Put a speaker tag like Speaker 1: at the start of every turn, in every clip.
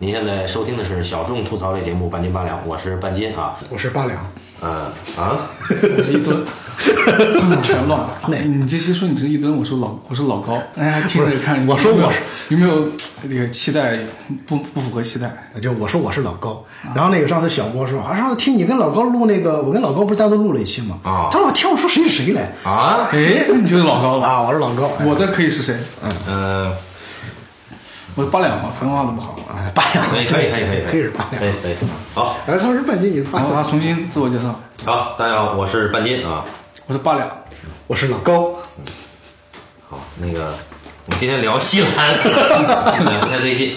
Speaker 1: 您现在收听的是小众吐槽类节目《半斤八两》，我是半斤啊，
Speaker 2: 我是八两，
Speaker 1: 呃啊，
Speaker 3: 我是一吨，全乱 了。
Speaker 2: 那
Speaker 3: 你这些说你是一吨，我说老我说老高，大家哎听着 看，
Speaker 2: 我说
Speaker 3: 有没有
Speaker 2: 我是
Speaker 3: 有没有这个期待不不符合期待？
Speaker 2: 就我说我是老高。然后那个上次小波说，啊，上次听你跟老高录那个，我跟老高不是单独录了一期吗？
Speaker 1: 啊
Speaker 2: 他说我听我说谁是谁来
Speaker 1: 啊，
Speaker 3: 哎，那你就是老高了。
Speaker 2: 啊，我是老高，
Speaker 3: 我这可以是谁？
Speaker 1: 呃，
Speaker 3: 我八两嘛，普通话都不好。
Speaker 2: 哎八两，
Speaker 1: 可以可以可以
Speaker 2: 对
Speaker 1: 可以
Speaker 2: 可以是八
Speaker 1: 可以啊
Speaker 2: 两。
Speaker 1: 可以，好
Speaker 2: 然后他说半斤，你是八
Speaker 3: 然后
Speaker 2: 两，
Speaker 3: 他重新自我介绍，
Speaker 1: 好，大家好，我是半斤啊，
Speaker 3: 我是八两。
Speaker 2: 我是老高。
Speaker 1: 好，那个我们今天聊西兰， 对不太对劲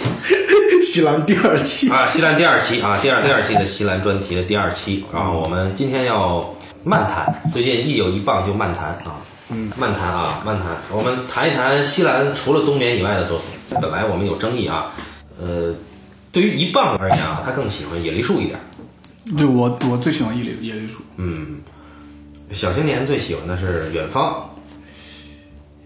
Speaker 2: 西兰第二 期，
Speaker 1: 啊，西兰第二期啊，第二第二期的西兰专题的第二期，然后我们今天要漫谈，最近一有一棒就漫谈啊。嗯，漫谈啊，漫谈，我们谈一谈西兰除了冬眠以外的作品。本来我们有争议啊，呃，对于一棒而言啊，他更喜欢野梨树一点。
Speaker 3: 对我我最喜欢一里野梨树，
Speaker 1: 嗯，小青年最喜欢的是远方，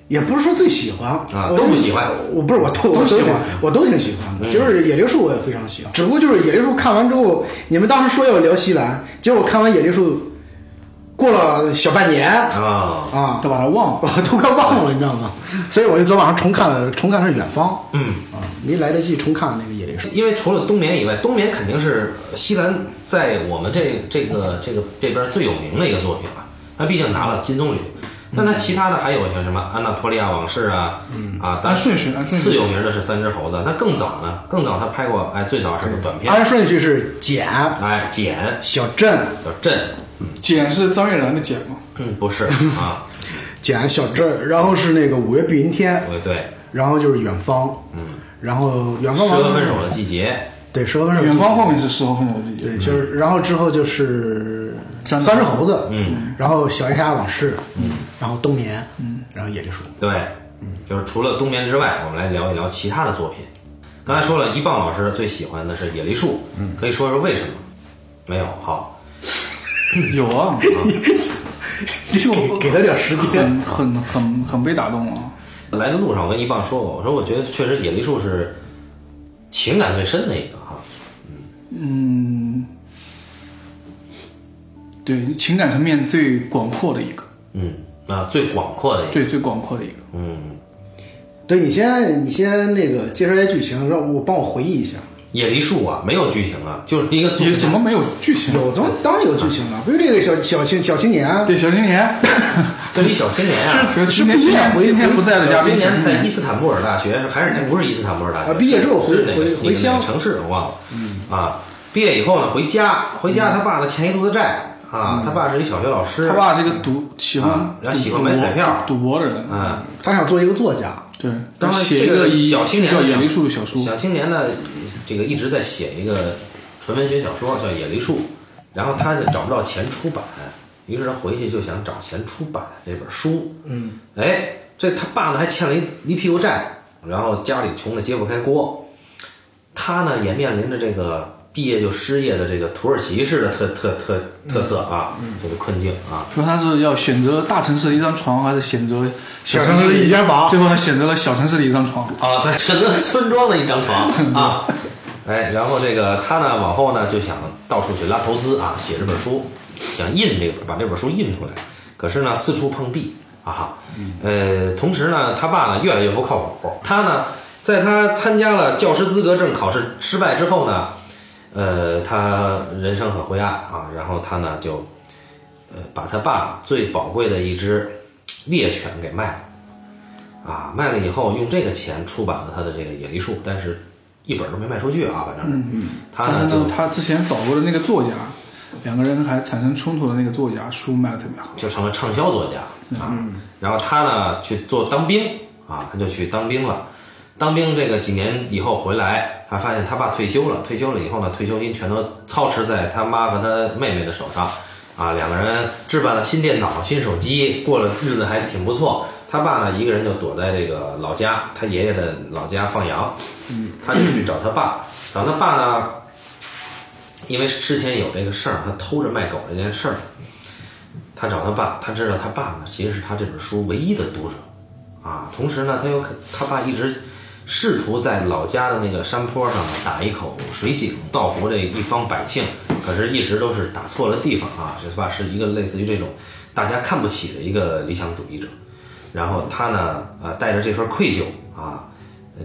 Speaker 2: 也不是说最喜欢
Speaker 1: 啊
Speaker 2: 我
Speaker 1: 都不喜欢
Speaker 2: 我不是我都我
Speaker 3: 都喜欢
Speaker 2: 挺我都挺喜
Speaker 1: 嗯
Speaker 2: 欢的，就是野梨树我也非常喜欢，只不过就是野梨树看完之后，你们当时说要聊西兰，结果看完野梨树，过了小半年
Speaker 1: 啊，
Speaker 2: 啊，
Speaker 3: 都把它忘了。
Speaker 2: 我 都快忘了，你知道吗？所以我就昨晚上重看了，重看是远方
Speaker 1: 嗯，
Speaker 2: 啊，没来得及重看那个野梨树。
Speaker 1: 因为除了冬眠以外，冬眠肯定是西兰在我们这这个这个这边最有名的一个作品了。他毕竟拿了金棕榈，
Speaker 3: 嗯
Speaker 1: 那他其他的还有像什么安纳托利亚往事啊，啊，但
Speaker 3: 按嗯顺序，按顺
Speaker 1: 次
Speaker 3: 序。
Speaker 1: 有名的是三只猴子，那更早呢，更早他拍过，哎，最早是个短片，
Speaker 3: 啊
Speaker 2: 按顺序是简、
Speaker 1: 哎，简
Speaker 2: 小镇、
Speaker 1: 叫镇，
Speaker 3: 简是张悦然的简嘛？
Speaker 1: 嗯， 不是啊，
Speaker 2: 简小镇，然后是那个五月碧云天，
Speaker 1: 对对，
Speaker 2: 然后就是远方，嗯，然后远方
Speaker 1: 适
Speaker 2: 完
Speaker 1: 合
Speaker 2: 了
Speaker 1: 分
Speaker 2: 之
Speaker 1: 手
Speaker 2: 后，
Speaker 1: 的季节，
Speaker 2: 对，蛇分手，
Speaker 3: 远方后面是事后分手季节。
Speaker 2: 对，就是然后之后就是
Speaker 3: 三只
Speaker 2: 只猴子，
Speaker 1: 嗯，
Speaker 2: 然后小夜叉往事，嗯，然后冬眠，嗯，然后野梨树，
Speaker 1: 对，就是除了冬眠之外，我们来聊一聊其他的作品。刚才说了，一棒老师最喜欢的是野梨树，可以说说为什么？没有，好，
Speaker 3: 有 啊，就
Speaker 2: 给给他点时间，
Speaker 3: 很很很很被打动啊。
Speaker 1: 来的路上我跟一棒说过，我说我觉得确实野梨树是情感最深的一个哈，
Speaker 3: 嗯，对，情感层面最广阔的一个，
Speaker 1: 嗯，啊，最广阔的一个，
Speaker 3: 对，最广阔的一个。
Speaker 1: 嗯，
Speaker 2: 对你先你先那个介绍一下剧情，让我帮我回忆一下。
Speaker 1: 野梨树啊，没有剧情啊，就是一个作
Speaker 3: 也
Speaker 1: 品
Speaker 3: 怎么没有剧情？
Speaker 2: 有中当然有剧情了，不是这个小小青小青年，
Speaker 3: 对，小青年，
Speaker 1: 就是一小青年啊。
Speaker 3: 今
Speaker 2: 是
Speaker 3: 天
Speaker 2: 毕
Speaker 3: 今
Speaker 2: 业
Speaker 3: 天
Speaker 2: 回
Speaker 3: 今天不在的嘉
Speaker 1: 小青
Speaker 3: 宾，小
Speaker 1: 年
Speaker 3: 青
Speaker 1: 在伊
Speaker 3: 年，
Speaker 1: 斯坦布尔大学，还是哎不是伊斯坦布尔大学？
Speaker 2: 啊毕业之后回
Speaker 1: 是哪个
Speaker 2: 回
Speaker 1: 哪个
Speaker 2: 回乡嗯
Speaker 1: 哪个城市我忘了。啊，毕业以后呢，回家，回家他爸呢欠一肚子债
Speaker 2: 嗯
Speaker 1: 啊，他爸是一小学老师，
Speaker 3: 他爸是一个赌，喜欢
Speaker 1: 啊然后
Speaker 3: 赌
Speaker 1: 喜欢买彩票
Speaker 3: 赌博的人。
Speaker 1: 嗯，
Speaker 2: 他想做一个作家，
Speaker 3: 对，
Speaker 1: 当然这
Speaker 3: 写一
Speaker 1: 个
Speaker 3: 以
Speaker 1: 小青年
Speaker 3: 叫
Speaker 1: 呢
Speaker 3: 野梨树的小说，
Speaker 1: 小青年呢，这个一直在写一个纯文学小说叫《野梨树》，然后他就找不到钱出版，于是他回去就想找钱出版这本书。嗯，哎，这他爸呢还欠了一一屁股债，然后家里穷的揭不开锅，他呢也面临着这个毕业就失业的这个土耳其式的特特特特色啊，
Speaker 3: 嗯
Speaker 1: 这个困境啊。
Speaker 3: 说他是要选择大城市的一张床，还是选择城
Speaker 2: 小城市的一间房
Speaker 3: 最后他选择了小城市的一张床。
Speaker 1: 啊，对，整个村庄的一张床啊。哎，然后这个他呢，往后呢就想到处去拉投资啊，写这本书，想印这个把这本书印出来。可是呢，四处碰壁啊哈。呃，同时呢，他爸呢越来越不靠谱。他呢，在他参加了教师资格证考试失败之后呢，呃，他人生很灰暗啊。然后他呢就，呃，把他爸最宝贵的一只猎犬给卖了。啊，卖了以后用这个钱出版了他的这个野梨树，但是一本都没卖出去啊，反正是。他
Speaker 3: 但
Speaker 1: 呢
Speaker 3: 是
Speaker 1: 就
Speaker 3: 呢，他之前找过的那个作家，两个人还产生冲突的那个作家，书卖的特别好。
Speaker 1: 就成了畅销作家啊。然后他呢去做当兵啊，他就去当兵了。当兵这个几年以后回来，他发现他爸退休了，退休了以后呢，退休金全都操持在他妈和他妹妹的手上啊。两个人置办了新电脑、新手机，过了日子还挺不错。他爸呢，一个人就躲在这个老家，他爷爷的老家放羊，他就去找他爸，找他爸呢，因为之前有这个事儿，他偷着卖狗这件事儿，他找他爸，他知道他爸呢，其实是他这本书唯一的读者，啊，同时呢，他又他爸一直试图在老家的那个山坡上打一口水井，造福这一方百姓，可是一直都是打错了地方啊，是吧？是一个类似于这种大家看不起的一个理想主义者。然后他呢，呃，带着这份愧疚啊，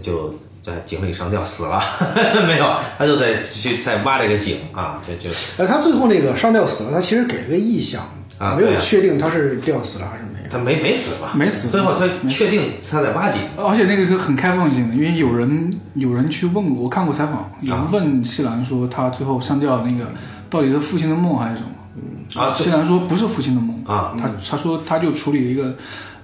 Speaker 1: 就在井里上吊死了， 没有，他就在去在挖这个井啊，这就
Speaker 2: 哎，他最后那个上吊死了，他其实给了个意向，
Speaker 1: 啊
Speaker 2: 没
Speaker 1: 对
Speaker 2: 有
Speaker 1: 啊
Speaker 2: 确定他是吊死了还是没有。
Speaker 1: 他没没死吧？
Speaker 3: 没死
Speaker 1: 最后他
Speaker 3: 没死
Speaker 1: 确定他在挖井。
Speaker 3: 而且那个是很开放性的，因为有人有人去问过，我看过采访，有
Speaker 1: 啊
Speaker 3: 人问西兰说他最后上吊那个到底是父亲的梦还是什么？
Speaker 1: 啊对
Speaker 3: 西兰说不是父亲的梦
Speaker 1: 啊，
Speaker 3: 他他说他就处理了一个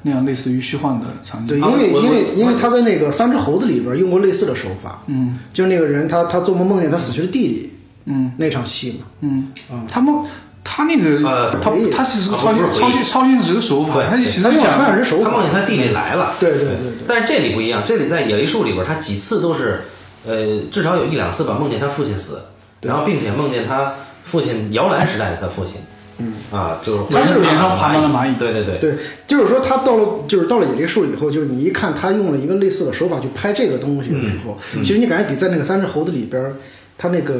Speaker 3: 那样类似于虚幻的场景
Speaker 2: 对，，
Speaker 1: 啊
Speaker 2: 因为
Speaker 1: 我
Speaker 2: 因为
Speaker 1: 我
Speaker 2: 因为他在那个《三只猴子》里边用过类似的手法，嗯，就是那个人他他做梦梦见他死去的弟弟，
Speaker 3: 嗯
Speaker 2: 那场戏嘛，
Speaker 3: 嗯，他梦他那个、
Speaker 1: 啊呃
Speaker 3: 他
Speaker 2: 回忆
Speaker 3: 他是个
Speaker 1: 啊
Speaker 3: 超
Speaker 1: 不
Speaker 3: 现
Speaker 1: 是回忆
Speaker 3: 超现超现实的手法
Speaker 1: 对，
Speaker 3: 他其实
Speaker 2: 他用了
Speaker 3: 讲
Speaker 2: 传染人手
Speaker 1: 他
Speaker 2: 法
Speaker 1: 梦，见他弟弟来了，
Speaker 2: 对对对对
Speaker 1: 但是这里不一样，这里在野梨树里边，他几次都是，呃，至少有一两次吧，梦见他父亲死，然后并且梦见他父亲摇篮时代的他父亲，嗯啊，就是
Speaker 2: 他就是
Speaker 3: 脸上爬满了蚂蚁
Speaker 1: 对对对，
Speaker 2: 对，就是说他到了，就是到了野梨树以后，就是你一看他用了一个类似的手法去拍这个东西的时候，
Speaker 1: 嗯
Speaker 2: 其实你感觉比在那个三只猴子里边，他那个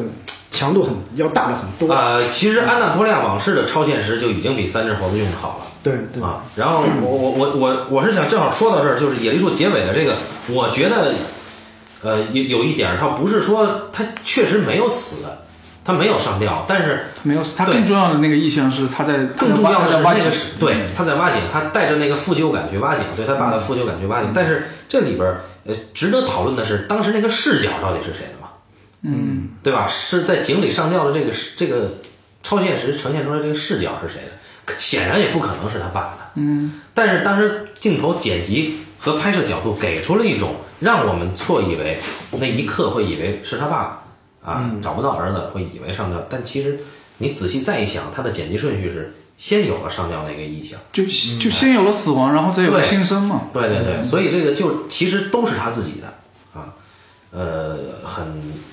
Speaker 2: 强度很要大了很多。
Speaker 1: 啊，其实安纳托利亚往事的超现实就已经比三只猴子用的好了。
Speaker 2: 对对，
Speaker 1: 啊，然后我我我我我是想正好说到这儿，就是野梨树结尾的这个，我觉得，呃，有有一点儿，他不是说他确实没有死，他没有上吊，但是
Speaker 3: 没有死，他
Speaker 1: 对
Speaker 3: 更重要的那个意象是他在
Speaker 1: 更重要
Speaker 3: 他
Speaker 1: 的
Speaker 3: 在
Speaker 1: 是
Speaker 3: 挖
Speaker 1: 那
Speaker 3: 他在
Speaker 1: 个
Speaker 3: 挖
Speaker 1: 是
Speaker 3: 井，
Speaker 1: 对，他在挖井，他带着那个负疚感去挖井，对他爸的负疚感去挖井。但是这里边儿呃，值得讨论的是，当时那个视角到底是谁的嘛？嗯，对吧？是在井里上吊的这个这个超现实呈现出来这个视角是谁的？可显然也不可能是他爸的。嗯，但是当时镜头剪辑和拍摄角度给出了一种让我们错以为那一刻会以为是他爸啊，找不到儿子会以为上吊，但其实你仔细再一想，他的剪辑顺序是先有了上吊那个意象。
Speaker 3: 就就先有了死亡，然后再有了
Speaker 1: 对
Speaker 3: 新生嘛。
Speaker 1: 对对对，所以这个就其实都是他自己的啊，呃，很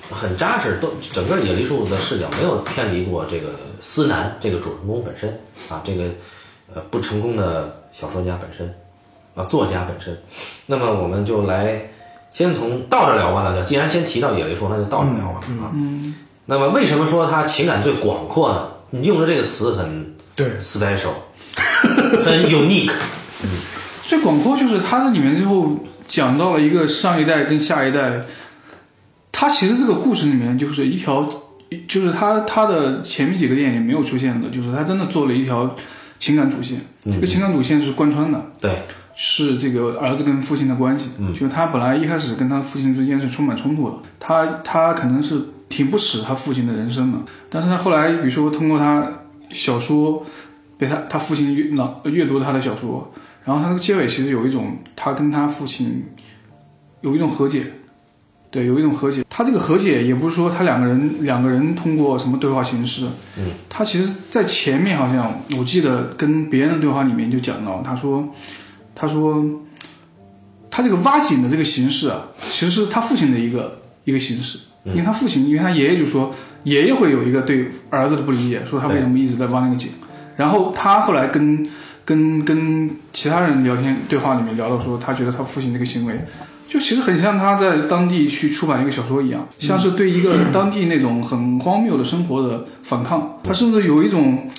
Speaker 1: 很扎实，都整个野梨树的视角没有偏离过这个思南这个主人公本身啊，这个呃不成功的小说家本身啊，作家本身。那么我们就来先从倒着聊吧，那就既然先提到野梨树，那就倒着聊吧啊。那么为什么说他情感最广阔呢？你用的这个词很
Speaker 2: 对
Speaker 1: special，很 unique。
Speaker 3: 最广阔就是它这里面最后讲到了一个上一代跟下一代，它其实这个故事里面就是一条，就是它它的前面几个电影里没有出现的，就是它真的做了一条情感主线，这个情感主线是贯穿的，
Speaker 1: 嗯对，
Speaker 3: 是这个儿子跟父亲的关系，就是他本来一开始跟他父亲之间是充满冲突的，他他可能是挺不耻他父亲的人生的，但是他后来比如说通过他小说，被他他父亲阅朗阅读他的小说，然后他那个结尾其实有一种他跟他父亲有一种和解，对，有一种和解。他这个和解也不是说他两个人两个人通过什么对话形式，嗯，他其实在前面好像我记得跟别人的对话里面就讲到，他说。他说，他这个挖井的这个形式啊，其实是他父亲的一个一个形式，因为他父亲，因为他爷爷就说，爷爷会有一个对儿子的不理解，说他为什么一直在挖那个井，然后他后来跟跟跟其他人聊天对话里面聊到说，他觉得他父亲这个行为。就其实很像他在当地去出版一个小说一样，像是对一个当地那种很荒谬的生活的反抗，他甚至有一种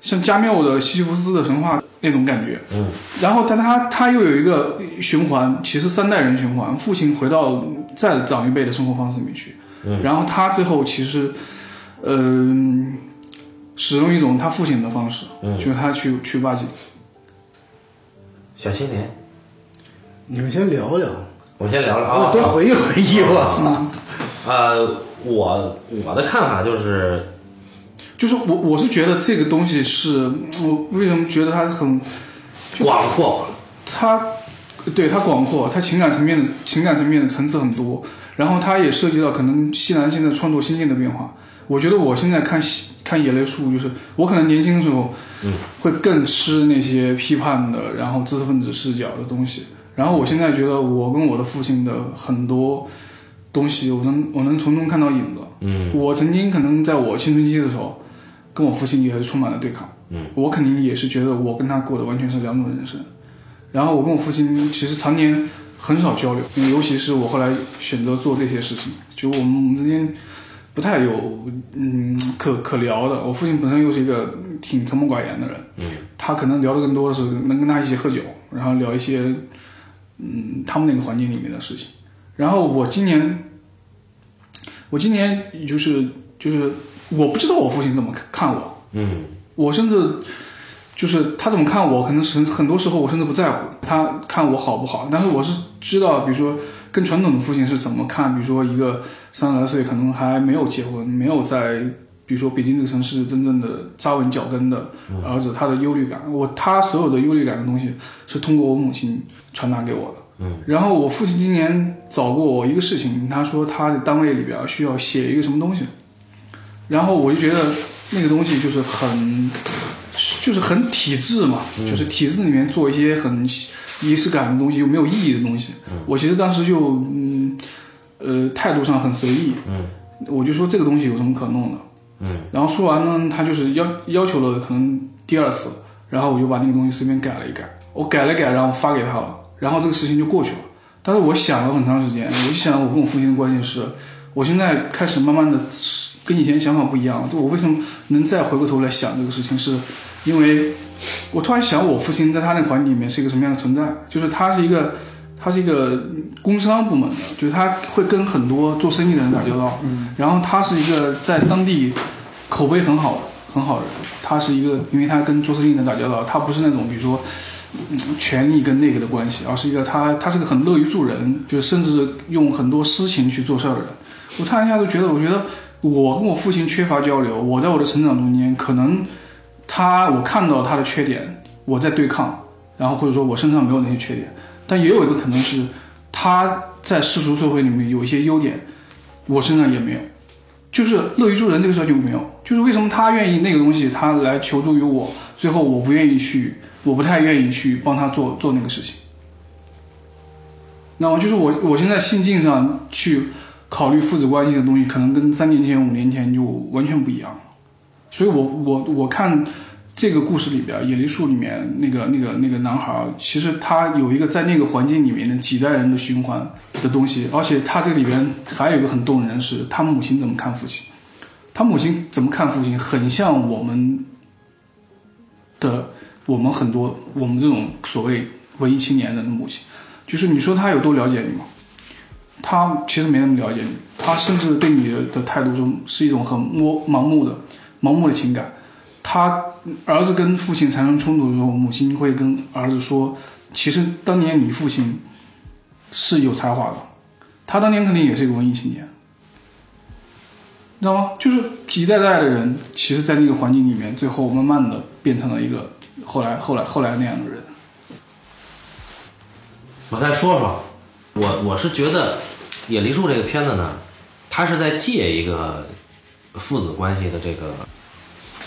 Speaker 3: 像加缪的西西弗斯的神话那种感觉。嗯，然后但他他又有一个循环，其实三代人循环，父亲回到再长一辈的生活方式里面去，嗯，然后他最后其实，嗯、使用一种他父亲的方式，嗯，就是他去去挖井。
Speaker 1: 小青年。
Speaker 2: 你们先聊聊，
Speaker 1: 我们先聊聊
Speaker 2: 我
Speaker 1: 啊，
Speaker 2: 多回忆回忆，我操！
Speaker 1: 呃，我我的看法就是，
Speaker 3: 就是我我是觉得这个东西是我为什么觉得它很
Speaker 1: 广阔，
Speaker 3: 它对它广阔，它情感层面的情感层面的层次很多，然后它也涉及到可能西南现在创作心境的变化。我觉得我现在看西看野类树，就是我可能年轻的时候，嗯，会更吃那些批判的，然后知识分子视角的东西。然后我现在觉得，我跟我的父亲的很多东西，我能我能从中看到影子。
Speaker 1: 嗯，
Speaker 3: 我曾经可能在我青春期的时候，跟我父亲也是充满了对抗。
Speaker 1: 嗯，
Speaker 3: 我肯定也是觉得我跟他过的完全是两种人生。然后我跟我父亲其实常年很少交流，因为尤其是我后来选择做这些事情，就我们我们之间不太有嗯可可聊的。我父亲本身又是一个挺沉默寡言的人，嗯，他可能聊的更多的是能跟他一起喝酒，然后聊一些嗯他们那个环境里面的事情。然后我今年，我今年就是就是我不知道我父亲怎么看我，
Speaker 1: 嗯
Speaker 3: 我甚至就是他怎么看我，可能是很多时候我甚至不在乎他看我好不好，但是我是知道，比如说跟传统的父亲是怎么看，比如说一个三十来岁可能还没有结婚，没有在比如说北京这个城市真正的扎稳脚跟的儿子，他的忧虑感，我他所有的忧虑感的东西是通过我母亲传达给我的。
Speaker 1: 嗯，
Speaker 3: 然后我父亲今年找过我一个事情，他说他的单位里边需要写一个什么东西，然后我就觉得那个东西就是很，就是很体制嘛，
Speaker 1: 嗯
Speaker 3: 就是体制里面做一些很仪式感的东西，又没有意义的东西。我其实当时就嗯，呃，态度上很随意，
Speaker 1: 嗯，
Speaker 3: 我就说这个东西有什么可弄的，
Speaker 1: 嗯，
Speaker 3: 然后说完呢，他就是要要求了可能第二次，然后我就把那个东西随便改了一改，我改了改，然后发给他了，然后这个事情就过去了。但是我想了很长时间，我就想我跟我父亲的关系是，我现在开始慢慢的跟以前想法不一样了。就我为什么能再回过头来想这个事情，是因为我突然想我父亲在他那个环境里面是一个什么样的存在，就是他是一个。他是一个工商部门的，就是他会跟很多做生意的人打交道，
Speaker 1: 啊
Speaker 3: 嗯、然后他是一个在当地口碑很好的很好的人，他是一个，因为他跟做生意的人打交道，他不是那种比如说嗯权力跟那个的关系，而是一个他他是个很乐于助人，就是甚至用很多私情去做事儿的人。我突然一下就觉得，我觉得我跟我父亲缺乏交流，我在我的成长中间，可能他我看到他的缺点，我在对抗，然后或者说我身上没有那些缺点，但也有一个可能是他在世俗社会里面有一些优点，我身上也没有。就是乐于助人这个事儿就没有，就是为什么他愿意那个东西，他来求助于我，最后我不愿意去，我不太愿意去帮他做做那个事情。那么就是我我现在心境上去考虑父子关系的东西，可能跟三年前、五年前就完全不一样了。所以我我我看这个故事里边，《野梨树》里面那个那个那个男孩儿，其实他有一个在那个环境里面的几代人的循环的东西，而且他这里边还有一个很动人的是，他母亲怎么看父亲，他母亲怎么看父亲，很像我们的我们很多我们这种所谓文艺青年人的母亲，就是你说他有多了解你吗？他其实没那么了解你，他甚至对你的的态度中是一种很摸盲目的、盲目的情感。他儿子跟父亲产生冲突的时候，母亲会跟儿子说：“其实当年你父亲是有才华的，他当年肯定也是一个文艺青年，你知道吗？就是一代代的人，其实，在那个环境里面，最后慢慢的变成了一个后来、后来、后来那样的人。
Speaker 1: 我再说说，我我是觉得《野梨树》这个片子呢，它是在借一个父子关系的这个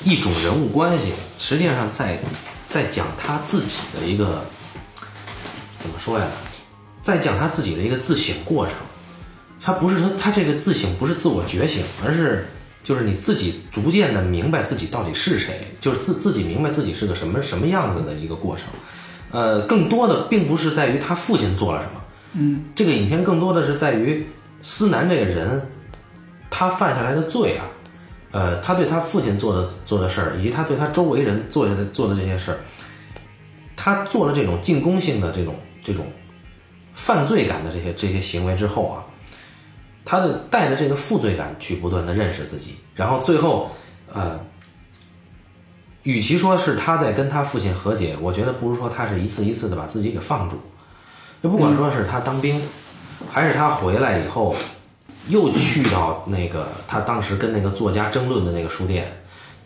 Speaker 1: 一种人物关系，实际上在在讲他自己的一个怎么说呀，在讲他自己的一个自省过程。他不是他他这个自省不是自我觉醒，而是就是你自己逐渐的明白自己到底是谁，就是自自己明白自己是个什么什么样子的一个过程。呃，更多的并不是在于他父亲做了什么，嗯，这个影片更多的是在于思南这个人，他犯下来的罪啊，呃，他对他父亲做的做的事儿，以及他对他周围人做下的做的这些事儿，他做了这种进攻性的这种这种犯罪感的这些这些行为之后啊，他的带着这个负罪感去不断的认识自己，然后最后，呃，与其说是他在跟他父亲和解，我觉得不如说他是一次一次的把自己给放逐。就不管说是他当兵，还是他回来以后又去到那个他当时跟那个作家争论的那个书店，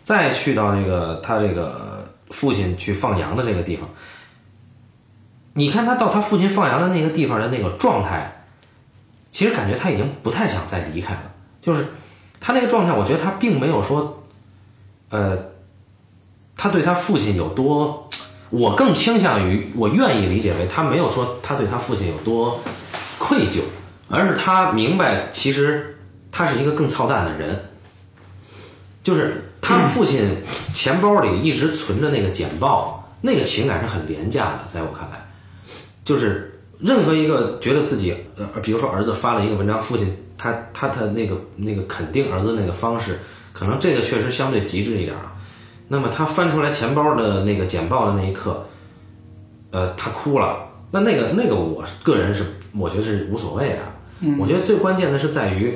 Speaker 1: 再去到那个他这个父亲去放羊的这个地方。你看他到他父亲放羊的那个地方的那个状态，其实感觉他已经不太想再离开了。就是他那个状态，我觉得他并没有说，呃，他对他父亲有多，我更倾向于我愿意理解为他没有说他对他父亲有多愧疚，而是他明白其实他是一个更操蛋的人，就是他父亲钱包里一直存着那个简报，那个情感是很廉价的，在我看来，就是任何一个觉得自己呃，比如说儿子发了一个文章，父亲他他他那个那个肯定儿子那个方式，可能这个确实相对极致一点啊。那么他翻出来钱包的那个简报的那一刻，呃，他哭了。那那个那个，我个人是我觉得是无所谓的。我觉得最关键的是在于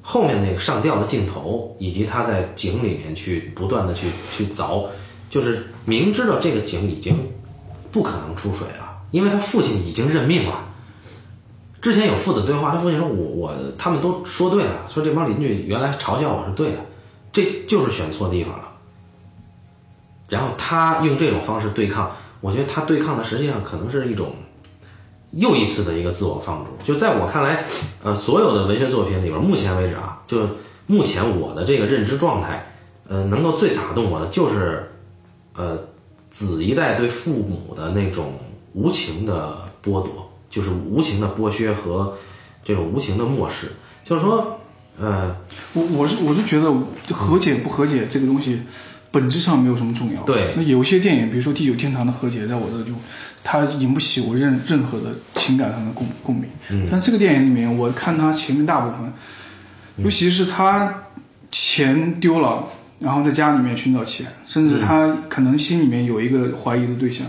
Speaker 1: 后面那个上吊的镜头，以及他在井里面去不断的去去凿，就是明知道这个井已经不可能出水了，因为他父亲已经认命了。之前有父子对话，他父亲说我：“我他们都说对了，说这帮邻居原来嘲笑我是对的，这就是选错地方了。”然后他用这种方式对抗，我觉得他对抗的实际上可能是一种又一次的一个自我放逐。就在我看来，呃，所有的文学作品里边，目前为止啊，就目前我的这个认知状态，呃，能够最打动我的就是，呃，子一代对父母的那种无情的剥夺，就是无情的剥削和这种无情的漠视。就是说，呃，
Speaker 3: 我我是我是觉得和解不和解这个东西，本质上没有什么重要。
Speaker 1: 对
Speaker 3: 那有些电影，比如说《地久天长》的和解，在我这就它引不起我任任何的情感上的共共鸣。嗯，但这个电影里面，我看它前面大部分，尤其是他钱丢了，然后在家里面寻找钱，甚至他可能心里面有一个怀疑的对象。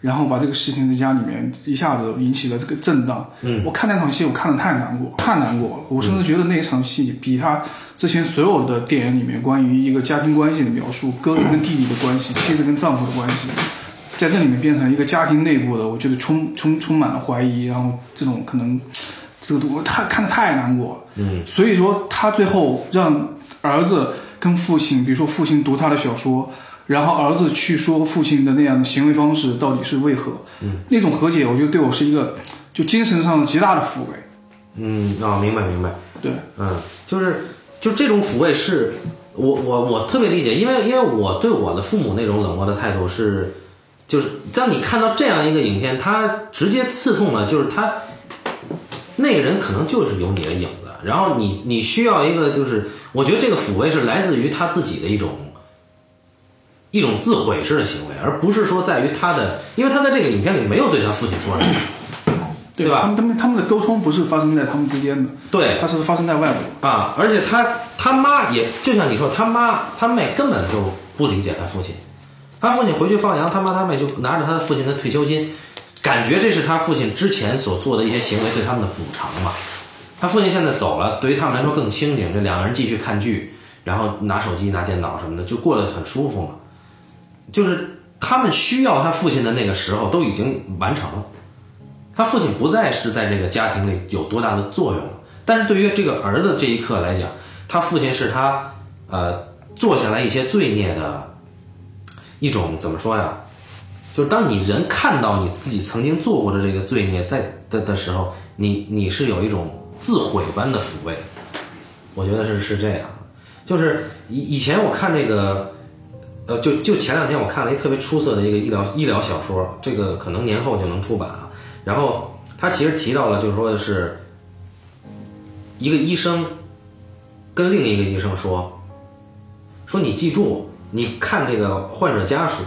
Speaker 3: 然后把这个事情在家里面一下子引起了这个震荡。嗯，我看那场戏，我看的太难过，太难过了。我甚至觉得那场戏比他之前所有的电影里面关于一个家庭关系的描述，哥哥跟弟弟的关 系，妻子跟丈夫的关系，在这里面变成一个家庭内部的，我觉得充充充满了怀疑，然后这种可能，这个我太看的太难过了。嗯，所以说他最后让儿子跟父亲，比如说父亲读他的小说，然后儿子去说父亲的那样的行为方式到底是为何，嗯、那种和解，我觉得对我是一个就精神上的极大的抚慰。
Speaker 1: 嗯，啊、明白明白。
Speaker 3: 对，
Speaker 1: 嗯，就是就这种抚慰是，我我我特别理解，因为因为我对我的父母那种冷漠的态度是，就是当你看到这样一个影片，它直接刺痛了，就是他那个人可能就是有你的影子，然后你你需要一个就是，我觉得这个抚慰是来自于他自己的一种。一种自毁式的行为，而不是说在于他的，因为他在这个影片里没有对他父亲说什么，对吧
Speaker 3: 他们他们他们的沟通不是发生在他们之间的，
Speaker 1: 对，
Speaker 3: 它是发生在外部。
Speaker 1: 啊，而且他他妈也就像你说，他妈他妹根本就不理解他父亲，他父亲回去放羊，他妈他妹就拿着他的父亲的退休金，感觉这是他父亲之前所做的一些行为对他们的补偿嘛。他父亲现在走了，对于他们来说更清静，这两个人继续看剧，然后拿手机拿电脑什么的，就过得很舒服嘛。就是他们需要他父亲的那个时候都已经完成了，他父亲不再是在这个家庭里有多大的作用了。但是对于这个儿子这一刻来讲，他父亲是他呃做下来一些罪孽的一种怎么说呀？就是当你人看到你自己曾经做过的这个罪孽在的的时候，你你是有一种自毁般的抚慰，我觉得是是这样。就是以以前我看这个，呃，就就前两天我看了一特别出色的一个医疗医疗小说，这个可能年后就能出版啊。然后他其实提到了，就是说是一个医生跟另一个医生说：“说你记住，你看这个患者家属，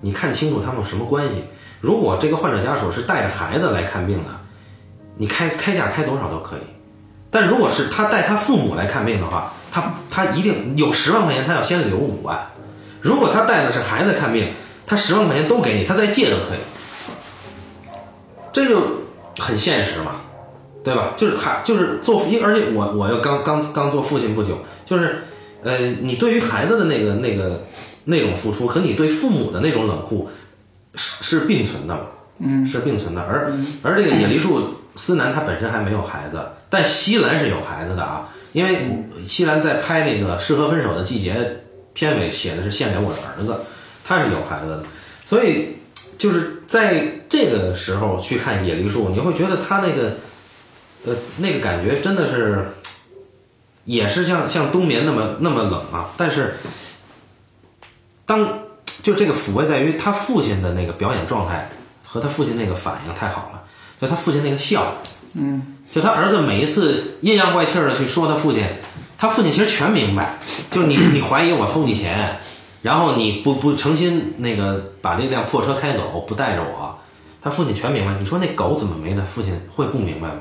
Speaker 1: 你看清楚他们有什么关系。如果这个患者家属是带着孩子来看病的，你开开价开多少都可以。但如果是他带他父母来看病的话，他他一定有十万块钱，他要先留五万。如果他带的是孩子看病，他十万块钱都给你，他再借都可以。这就很现实嘛。”对吧？就是还就是做父，因为而且我我又刚刚刚做父亲不久，就是，呃，你对于孩子的那个那个那种付出和你对父母的那种冷酷是是并存的嘛，嗯，是并存的。而而这个野梨树思南他本身还没有孩子，但西兰是有孩子的啊，因为西兰在拍那个《适合分手的季节》片尾写的是献给我的儿子，他是有孩子的，所以就是在这个时候去看野梨树，你会觉得他那个。呃，那个感觉真的是，也是像像冬眠那么那么冷啊。但是，当就这个抚慰在于他父亲的那个表演状态和他父亲那个反应太好了，就他父亲那个笑，嗯，就他儿子每一次阴阳怪气的去说他父亲，他父亲其实全明白，就是你你怀疑我偷你钱，然后你不不诚心那个把那辆破车开走，不带着我，他他父亲全明白。你说那狗怎么没呢？父亲会不明白吗？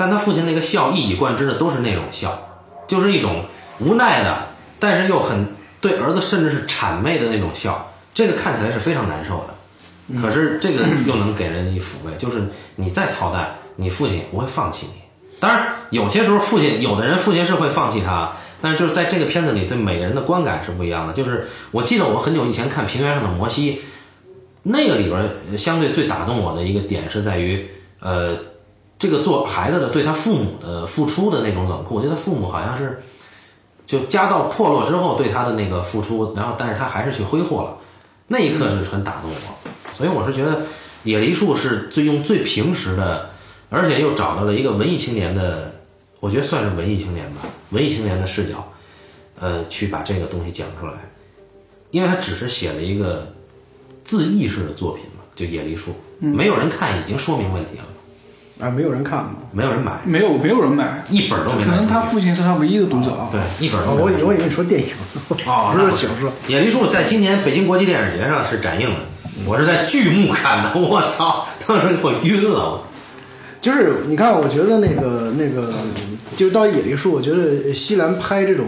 Speaker 1: 但他父亲那个笑一以贯之的都是那种笑，就是一种无奈的，但是又很对儿子甚至是谄媚的那种笑，这个看起来是非常难受的。可是这个又能给人以抚慰，就是你再操蛋，你父亲也不会放弃你。当然，有些时候父亲，有的人父亲是会放弃他，但是就是在这个片子里，对每个人的观感是不一样的。就是我记得我很久以前看《平原上的摩西》，那个里边儿相对最打动我的一个点是在于，呃，这个做孩子的对他父母的付出的那种冷酷，我觉得他父母好像是就家道破落之后对他的那个付出，然后但是他还是去挥霍了，那一刻是很打动我，所以我是觉得野梨树是最用最平实的，而且又找到了一个文艺青年的，我觉得算是文艺青年吧，文艺青年的视角，呃，去把这个东西讲出来，因为他只是写了一个自意识的作品嘛，就野梨树，
Speaker 3: 嗯
Speaker 1: 没有人看已经说明问题了，
Speaker 2: 啊，没有人看嘛。
Speaker 1: 没有人买，
Speaker 3: 没有没有人买，
Speaker 1: 一本儿都没
Speaker 3: 可
Speaker 1: 卖出
Speaker 3: 能
Speaker 1: 去。
Speaker 3: 他父亲是他唯一的读者啊。
Speaker 1: 对一本儿
Speaker 2: 啊
Speaker 1: 都没
Speaker 2: 我
Speaker 1: 卖
Speaker 2: 以
Speaker 1: 出去
Speaker 2: 我以为你说电影，
Speaker 1: 哦，
Speaker 2: 不
Speaker 1: 那我
Speaker 2: 是小说。
Speaker 1: 野梨树在今年北京国际电影节上是展映的，我是在剧目看的， 我操，当时给我晕了。
Speaker 2: 就是你看，我觉得那个那个，就是到野梨树，我觉得西兰拍这种，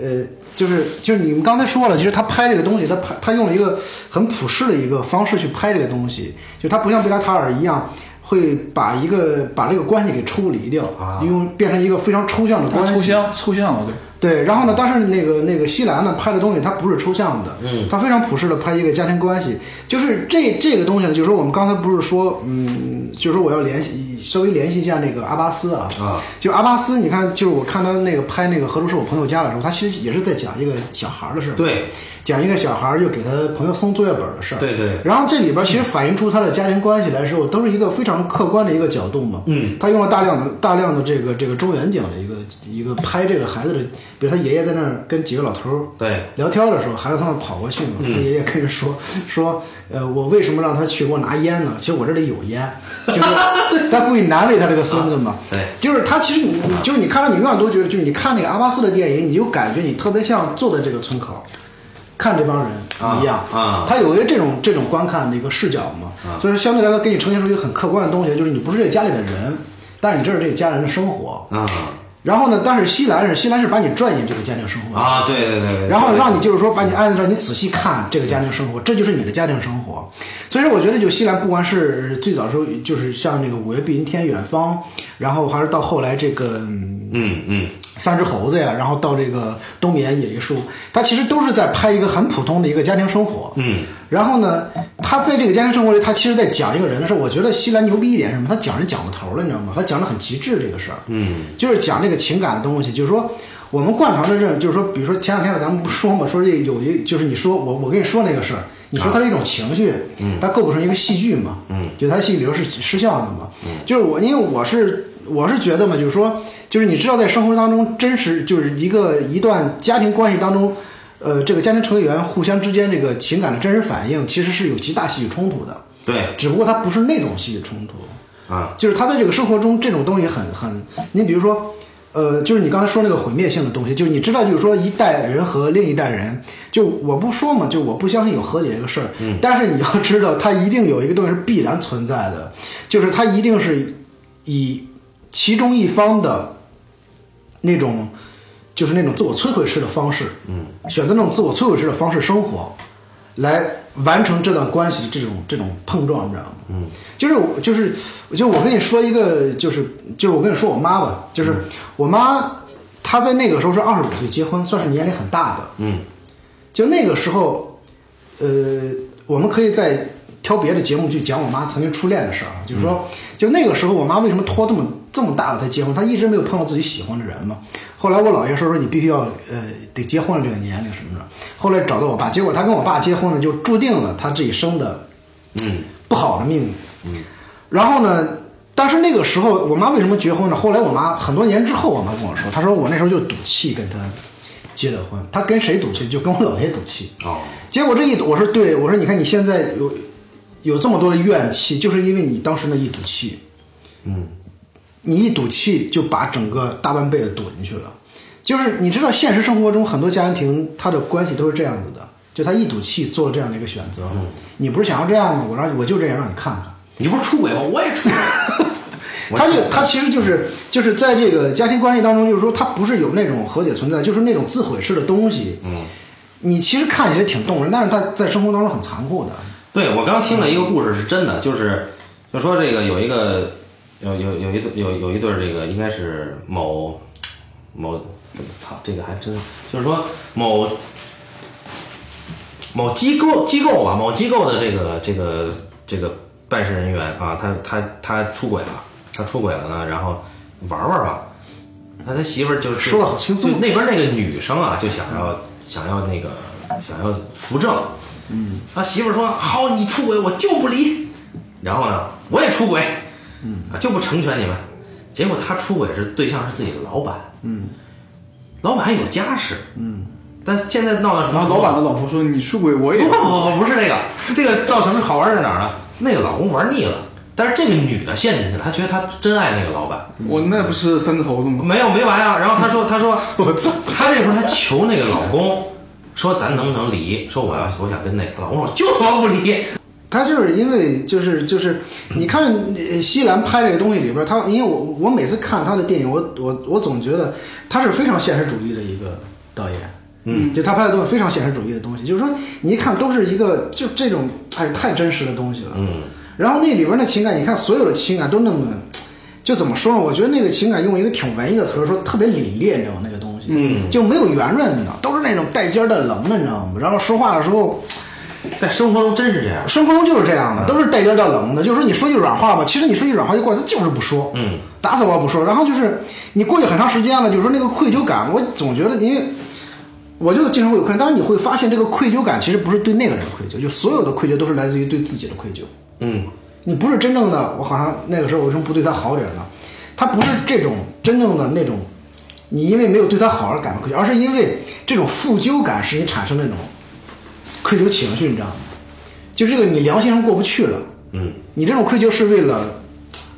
Speaker 2: 呃，就是就是你们刚才说了，其实他拍这个东西，他拍他用了一个很普世的一个方式去拍这个东西，就他不像贝拉塔尔一样。会把一个把这个关系给抽离掉
Speaker 1: 啊
Speaker 2: 因为变成一个非常抽象的
Speaker 3: 他
Speaker 2: 关系。
Speaker 3: 抽象抽象了，对。
Speaker 2: 对，然后呢，但是那个那个西兰呢拍的东西，它不是抽象的，
Speaker 1: 嗯，
Speaker 2: 它非常普世的拍一个家庭关系，就是这这个东西呢，就是说我们刚才不是说，嗯，就是说我要联系，稍微联系一下那个阿巴斯啊，
Speaker 1: 啊，
Speaker 2: 就阿巴斯，你看，就是我看他那个拍那个《何处是我朋友家》的时候，他其实也是在讲一个小孩儿的事儿，，
Speaker 1: 对
Speaker 2: 讲一个小孩儿又给他朋友送作业本儿的事儿，
Speaker 1: 对对，
Speaker 2: 然后这里边其实反映出他的家庭关系来说，都是一个非常客观的一个角度嘛。
Speaker 1: 嗯，
Speaker 2: 他用了大量的大量的这个这个周远景的一个一个拍这个孩子的，比如他爷爷在那儿跟几个老头儿
Speaker 1: 对，
Speaker 2: 聊天的时候，孩子他们跑过去嘛，他
Speaker 1: 嗯
Speaker 2: 爷爷跟着说 说，呃，我为什么让他去给我拿烟呢？其实我这里有烟， 就是他故意难为他这个孙子嘛。
Speaker 1: 啊对，
Speaker 2: 就是他其实你你就是你看到你永远都觉得，就是你看那个阿巴斯的电影，你就感觉你特别像坐在这个村口。看这帮人一样
Speaker 1: 啊啊啊
Speaker 2: 他有一个这种这种观看的一个视角嘛，所以相对来说给你呈现出一个很客观的东西，就是你不是这个家里的人，但你这是这个家人的生活。
Speaker 1: 啊
Speaker 2: 然后呢，但是西兰是西兰是把你拽进这个家庭生活，
Speaker 1: 啊，对对对对，
Speaker 2: 然后让你就是说把你按照你仔细看这个家庭生活，这就是你的家庭生活。所以说，我觉得就西兰，不管是最早时候就是像那个《五月碧云天》《远方》，然后还是到后来这个。嗯
Speaker 1: 嗯嗯，
Speaker 2: 三只猴子呀，然后到这个冬眠野梨树，他其实都是在拍一个很普通的一个家庭生活。
Speaker 1: 嗯，
Speaker 2: 然后呢，他在这个家庭生活里，他其实在讲一个人的事儿。我觉得西兰牛逼一点是什么？他讲人讲到头了，你知道吗？他讲的很极致这个事儿。嗯，就是讲这个情感的东西，就是说我们惯常的认，就是说，比如说前两天咱们不说嘛，说这有一就是你说我我跟你说那个事儿，你说它是一种情绪，嗯，它构不成一个戏剧嘛，嗯，就它戏剧流是失效的嘛，嗯，就是我因为我是我是觉得嘛，就是说，就是你知道在生活当中真实就是一个一段家庭关系当中，呃，这个家庭成员互相之间这个情感的真实反应，其实是有极大戏剧冲突的，
Speaker 1: 对
Speaker 2: 只不过它不是那种戏剧冲突，
Speaker 1: 啊
Speaker 2: 就是他在这个生活中这种东西很很，你比如说，呃，就是你刚才说那个毁灭性的东西，就是你知道，就是说一代人和另一代人，就我不说嘛，就我不相信有和解这个事儿，但是你要知道，它一定有一个东西是必然存在的，就是它一定是以其中一方的那种。就是那种自我摧毁式的方式，嗯，选择那种自我摧毁式的方式生活，来完成这段关系这种这种碰撞，你知道吗？嗯，就是我就是就我跟你说一个，就是就是我跟你说我妈吧，就是我妈，她在那个时候是二十五岁结婚，算是年龄很大的，
Speaker 1: 嗯
Speaker 2: 就那个时候，呃，我们可以在挑别的节目去讲我妈曾经初恋的事儿啊，就是说，就那个时候我妈为什么拖这么这么大了才结婚？她一直没有碰到自己喜欢的人嘛。后来我姥爷说说你必须要呃得结婚了这个年龄什么的。后来找到我爸，结果她跟我爸结婚呢，就注定了她这一生的
Speaker 1: 嗯
Speaker 2: 不好的命运。然后呢，但是那个时候我妈为什么结婚呢？后来我妈很多年之后，我妈跟我说，她说我那时候就赌气跟她结的婚，她跟谁赌气？就跟我姥爷赌气。
Speaker 1: 哦
Speaker 2: 结果这一赌，我说对，我说你看你现在有有这么多的怨气，就是因为你当时那一赌气，嗯，你一赌气就把整个大半辈子赌进去了。就是你知道，现实生活中很多家庭他的关系都是这样子的，就他一赌气做了这样的一个选择。
Speaker 1: 嗯
Speaker 2: 你不是想要这样吗？我让我就这样让你看看。
Speaker 1: 你不是出轨吗？我也出 轨。我
Speaker 2: 他
Speaker 1: 也出
Speaker 2: 就
Speaker 1: 轨
Speaker 2: 他其实就是就是在这个家庭关系当中，就是说他不是有那种和解存在，就是那种自毁式的东西。嗯，你其实看起来挺动人，但是他在生活当中很残酷的。
Speaker 1: 对我刚听了一个故事，是真的，就是就说这个有一个有有有一对有有一对儿这个应该是某某怎么操这个还真就是说某某机构机构吧，某机构的这个这个这个办事人员啊，他他他出轨了，他出轨了呢，然后玩玩吧，那他媳妇儿就
Speaker 2: 说得好轻松
Speaker 1: 就那边那个女生啊，就想要想要那个想要扶正，嗯，他媳妇儿说好，你出轨我就不离，然后呢，我也出轨，嗯，啊就不成全你们，结果他出轨是对象是自己的老板，嗯，老板还有家室，嗯。但是现在闹到什么
Speaker 3: 然
Speaker 1: 程
Speaker 3: 后
Speaker 1: 度啊？
Speaker 3: 老板的老婆说：“你出轨，我 也
Speaker 1: 不不不不不是这个，这个造成好玩在哪儿呢？那个老公玩腻了，但是这个女的陷进去了，她觉得她真爱那个老板，
Speaker 3: 我那不是三头子吗？
Speaker 1: 没有没完啊。然后她说她说 我操，她这时候她求那个老公说咱能不能离？说我要我想跟那个老公，我就他妈不离。
Speaker 2: 他就是因为就是就是，你看呃西兰拍这个东西里边儿，他因为我我每次看他的电影，我我我总觉得他是非常现实主义的一个导演。嗯，就他拍的东西非常现实主义的东西，就是说你一看都是一个就这种哎太真实的东西了。
Speaker 1: 嗯，
Speaker 2: 然后那里边的情感，你看所有的情感都那么，就怎么说呢？我觉得那个情感用一个挺文艺的词儿说，特别凛冽，你知道吗？那个东西，嗯，就没有圆润的，都是那种带尖儿的棱的，你知道吗？然后说话的时候，
Speaker 1: 在生活中真是这样，
Speaker 2: 生活中就是这样的，都是带尖儿带棱的。就是说你说句软话吧，其实你说句软话就怪他就是不说，
Speaker 1: 嗯，
Speaker 2: 打死我也不说。然后就是你过去很长时间了，就是说那个愧疚感，我总觉得你，我就经常会有愧疚。但是你会发现，这个愧疚感其实不是对那个人的愧疚，就所有的愧疚都是来自于对自己的愧疚。
Speaker 1: 嗯，
Speaker 2: 你不是真正的，我好像那个时候我为什么不对他好点儿呢？他不是这种真正的那种，你因为没有对他好而感到愧疚，而是因为这种负疚感使你产生那种愧疚情绪，你知道吗？就这个你良心上过不去了，
Speaker 1: 嗯，
Speaker 2: 你这种愧疚是为了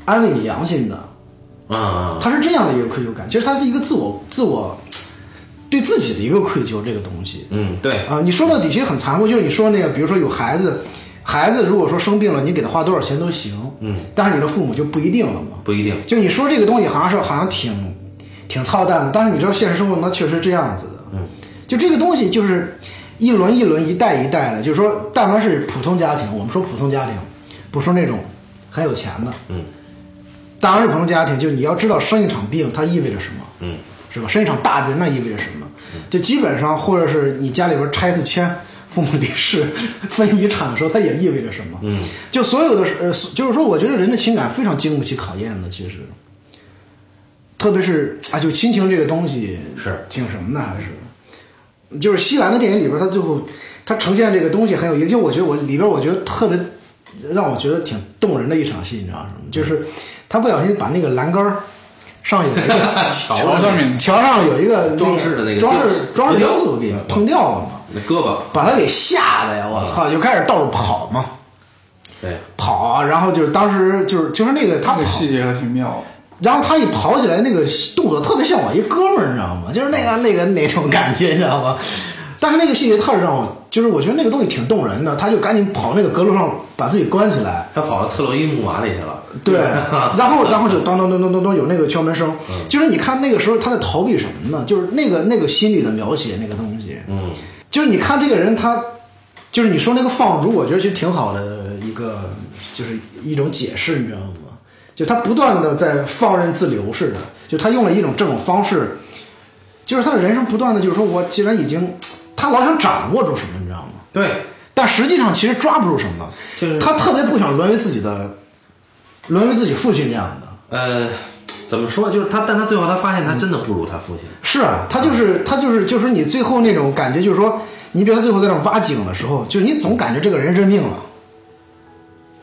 Speaker 2: 安慰你良心的，
Speaker 1: 啊啊，
Speaker 2: 他是这样的一个愧疚感，其实它是一个自我自我对自己的一个愧疚这个东西，
Speaker 1: 嗯，对，
Speaker 2: 啊，你说到底其实很残酷，就是你说那个，比如说有孩子，孩子如果说生病了，你给他花多少钱都行，嗯，但是你的父母就不一定了嘛。
Speaker 1: 不一定，
Speaker 2: 就你说这个东西好像是好像挺挺操蛋的，但是你知道现实生活中它确实是这样子的，嗯，就这个东西就是一轮一轮一代一代的，就是说，但凡是普通家庭，我们说普通家庭，不说那种很有钱的，
Speaker 1: 嗯，
Speaker 2: 但凡是普通家庭，就你要知道生一场病它意味着什么，
Speaker 1: 嗯，
Speaker 2: 是吧？生一场大病那意味着什么？就基本上，或者是你家里边拆次迁、父母离世、分遗产的时候，它也意味着什么？嗯，就所有的呃，就是说，我觉得人的情感非常经不起考验的，其实，特别是啊，就亲情这个东西
Speaker 1: 是
Speaker 2: 挺什么的，还是就是西兰的电影里边，它最后它呈现这个东西很有意思。就我觉得我里边我觉得特别让我觉得挺动人的一场戏，你知道什么？就是他不小心把那个栏杆儿上有一 个
Speaker 1: 瞧
Speaker 3: 桥上面
Speaker 2: 墙上有一个那个
Speaker 1: 装饰的那个
Speaker 2: 装
Speaker 1: 雕
Speaker 2: 饰
Speaker 1: 塑
Speaker 2: 装饰
Speaker 1: 雕
Speaker 2: 雕
Speaker 1: 塑
Speaker 2: 塑给
Speaker 1: 嗯
Speaker 2: 碰掉了嘛，
Speaker 1: 那胳膊，
Speaker 2: 嗯把他给吓得呀！我操，就开始到处跑嘛，
Speaker 1: 对，
Speaker 2: 跑啊，然后就是当时就是就是那个他跑
Speaker 3: 那个，细节还挺妙。
Speaker 2: 然后他一跑起来那个动作特别像我一哥们儿，你知道吗？就是那个那个那种感觉，你知道吗？但是那个细节特让我，就是我觉得那个东西挺动人的，他就赶紧跑那个阁楼上把自己关起来，
Speaker 1: 他跑到特洛伊木马里去了，
Speaker 2: 对，然后然后就当当当当当当有那个敲门声，就是你看那个时候他在逃避什么呢？就是那个那个心理的描写那个东西，
Speaker 1: 嗯，
Speaker 2: 就是你看这个人他，就是你说那个放逐，我觉得其实挺好的一个就是一种解释，你知道吗？就他不断的在放任自流似的，就他用了一种这种方式，就是他的人生不断的就是说我既然已经，他老想掌握住什么，你知道吗？
Speaker 1: 对，
Speaker 2: 但实际上其实抓不住什么，
Speaker 1: 就是
Speaker 2: 他特别不想沦为自己的，沦为自己父亲这样的。
Speaker 1: 呃，怎么说？就是他，但他最后他发现他真的不如他父亲，
Speaker 2: 是啊，他就是他就是就是你最后那种感觉，就是说，你比如他最后在那挖井的时候，就是你总感觉这个人认命了。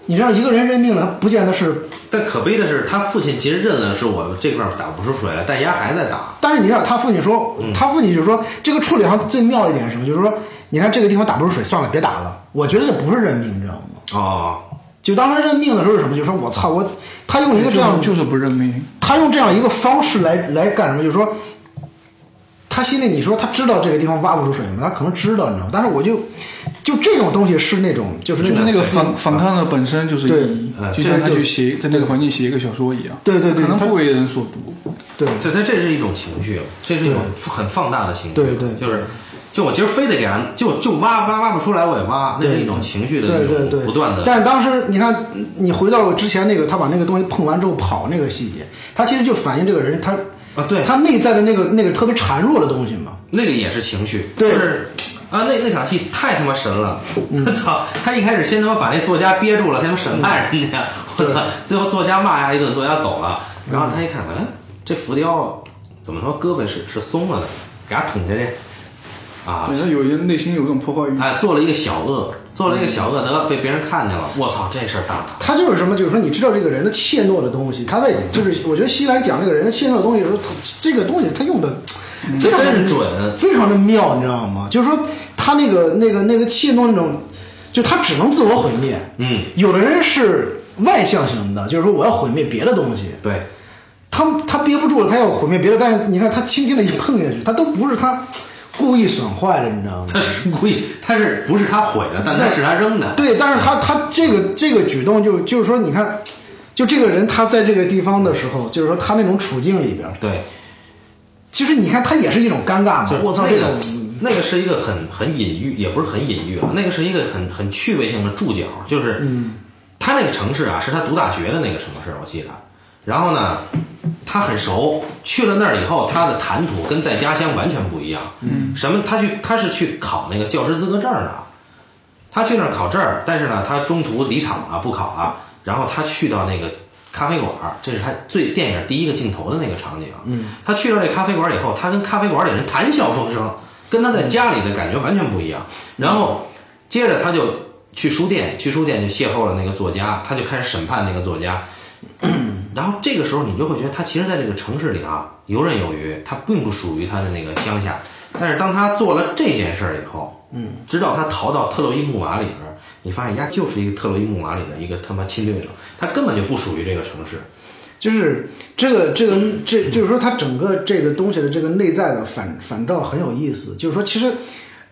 Speaker 2: 你知道一个人认命了，不见得是，
Speaker 1: 但可悲的是，他父亲其实认了是我这块儿打不出水来，但丫还在打。
Speaker 2: 但是你让他父亲说，他父亲就是说这个处理上最妙一点是什么，就是说，你看这个地方打不出水，算了，别打了。我觉得这不是认命，你知道吗？
Speaker 1: 哦，
Speaker 2: 就当他认命的时候是什么？就是说我操，我他用一个这样
Speaker 3: 就是就是不认命，
Speaker 2: 他用这样一个方式来来干什么？就是说，他他心里你说他知道这个地方挖不出水吗？他可能知道，你知道吗。但是我就就这种东西是那种就是
Speaker 3: 就是
Speaker 2: 种
Speaker 3: 那个反反抗的本身就是
Speaker 2: 对
Speaker 3: 意义
Speaker 1: 哎，
Speaker 3: 就像他去写在那个环境写一个小说一样，
Speaker 2: 对对对
Speaker 3: 可能
Speaker 2: 他
Speaker 3: 不为人所读。
Speaker 2: 对
Speaker 1: 对，它这是一种情绪了，这是一种很放大的情绪。
Speaker 2: 对对对
Speaker 1: 就是，就我今儿非得给它，就就挖挖挖不出来，我也挖，那
Speaker 2: 对
Speaker 1: 是一种情绪的
Speaker 2: 对
Speaker 1: 一
Speaker 2: 对
Speaker 1: 种
Speaker 2: 对，
Speaker 1: 不断的。
Speaker 2: 但当时你看，你回到之前那个他把那个东西碰完之后跑那个细节，他其实就反映这个人他
Speaker 1: 啊，对，
Speaker 2: 他内在的那个那个特别孱弱的东西嘛。
Speaker 1: 那个也是情绪，
Speaker 2: 对
Speaker 1: 就是啊，那那场戏太他妈神了！我操，他一开始先他妈把那作家憋住了，先他妈审判人家，我操，最后作家骂他一顿，作家走了，然后他一看，哎，这浮雕怎么他妈胳膊是是松了的，给他捅下去啊！
Speaker 3: 对他有人内心有一种破坏欲，
Speaker 1: 哎，做了一个小恶，做了一个小恶，得被别人看见了，我操，这事儿大了。
Speaker 2: 他就是什么，就是说你知道这个人的怯懦的东西，他在就是我觉得西兰讲这个人的怯懦的东西的时候，他这个东西他用的
Speaker 1: 这
Speaker 2: 非常的
Speaker 1: 真是准，
Speaker 2: 非常的妙，你知道吗？就是说他那个那个那个气那种，就他只能自我毁灭。
Speaker 1: 嗯，
Speaker 2: 有的人是外向型的，就是说我要毁灭别的东西，
Speaker 1: 对，
Speaker 2: 他他憋不住了，他要毁灭别的，但是你看他轻轻的一碰下去，他都不是他故意损坏的，你知道吗？
Speaker 1: 他是故意，他是不是他毁的，但他是他扔的，
Speaker 2: 对，但是他他这个这个举动就就是说，你看，就这个人他在这个地方的时候，就是说他那种处境里边儿，
Speaker 1: 对。
Speaker 2: 其实你看他也是一种尴尬嘛
Speaker 1: 就是。
Speaker 2: 我操，
Speaker 1: 那
Speaker 2: 这
Speaker 1: 个
Speaker 2: 种
Speaker 1: 那个是一个很很隐喻，也不是很隐喻啊，那个是一个很很趣味性的注脚，就是
Speaker 2: 嗯
Speaker 1: 他那个城市啊，是他读大学的那个城市，我记得。然后呢，他很熟，去了那儿以后，他的谈吐跟在家乡完全不一样。嗯，什么？他去他是去考那个教师资格证的，他去那儿考证儿，但是呢，他中途离场了，不考了。然后他去到那个咖啡馆儿，这是他最电影第一个镜头的那个场景。嗯，他去到这咖啡馆儿以后，他跟咖啡馆儿里人谈笑风生，跟他在家里的感觉完全不一样。然后
Speaker 2: 嗯
Speaker 1: 接着他就去书店，去书店就邂逅了那个作家，他就开始审判那个作家。 然后这个时候你就会觉得他其实在这个城市里啊游刃有余，他并不属于他的那个乡下。但是当他做了这件事儿以后，嗯，直到他逃到特洛伊木马里边儿，你发现丫就是一个特洛伊木马里的一个他妈侵略者，他根本就不属于这个城市。
Speaker 2: 就是这个这个这，就是说他整个这个东西的这个内在的反反照很有意思。就是说，其实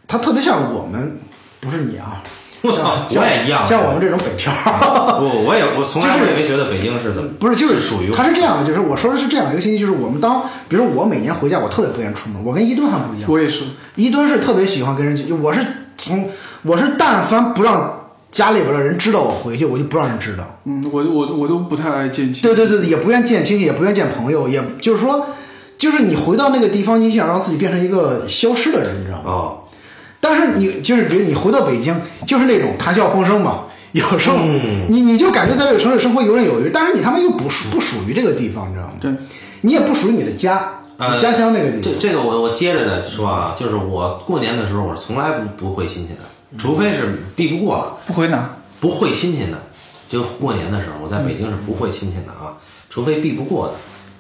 Speaker 2: 他特别像我们，不是你啊，
Speaker 1: 我操，
Speaker 2: 像
Speaker 1: 我也一样，
Speaker 2: 像我们这种北漂。
Speaker 1: 我我也我从来
Speaker 2: 就
Speaker 1: 我
Speaker 2: 是
Speaker 1: 也没觉得北京是怎么
Speaker 2: 不是，就是
Speaker 1: 属于我
Speaker 2: 他是这样的，就是我说的是这样一个信息，就是我们当，比如我每年回家，我特别不愿意出门，我跟伊顿还不一样，
Speaker 3: 我也是。
Speaker 2: 伊敦是特别喜欢跟人去，我是从我是但凡不让家里边的人知道我回去，我就不让人知道。
Speaker 3: 嗯，我我我都不太爱见亲。
Speaker 2: 对对对，对也不愿见亲戚，也不愿见朋友，也就是说，就是你回到那个地方，你想让自己变成一个消失的人，你知道吗？
Speaker 1: 哦，
Speaker 2: 但是你就是比如你回到北京，就是那种谈笑风生嘛。有时候
Speaker 1: 嗯
Speaker 2: 你你就感觉在这个城市生活游刃有余，但是你他妈又不属不属于这个地方，你知道吗？
Speaker 3: 对，
Speaker 2: 你也不属于你的家，
Speaker 1: 呃
Speaker 2: 你家乡那个地方。
Speaker 1: 这这个我我接着再说啊，就是我过年的时候我是从来不不回亲戚的，除非是避不过了。
Speaker 3: 不回南。
Speaker 1: 不会亲戚的，就过年的时候，我在北京是不会亲戚的啊，除非避不过的。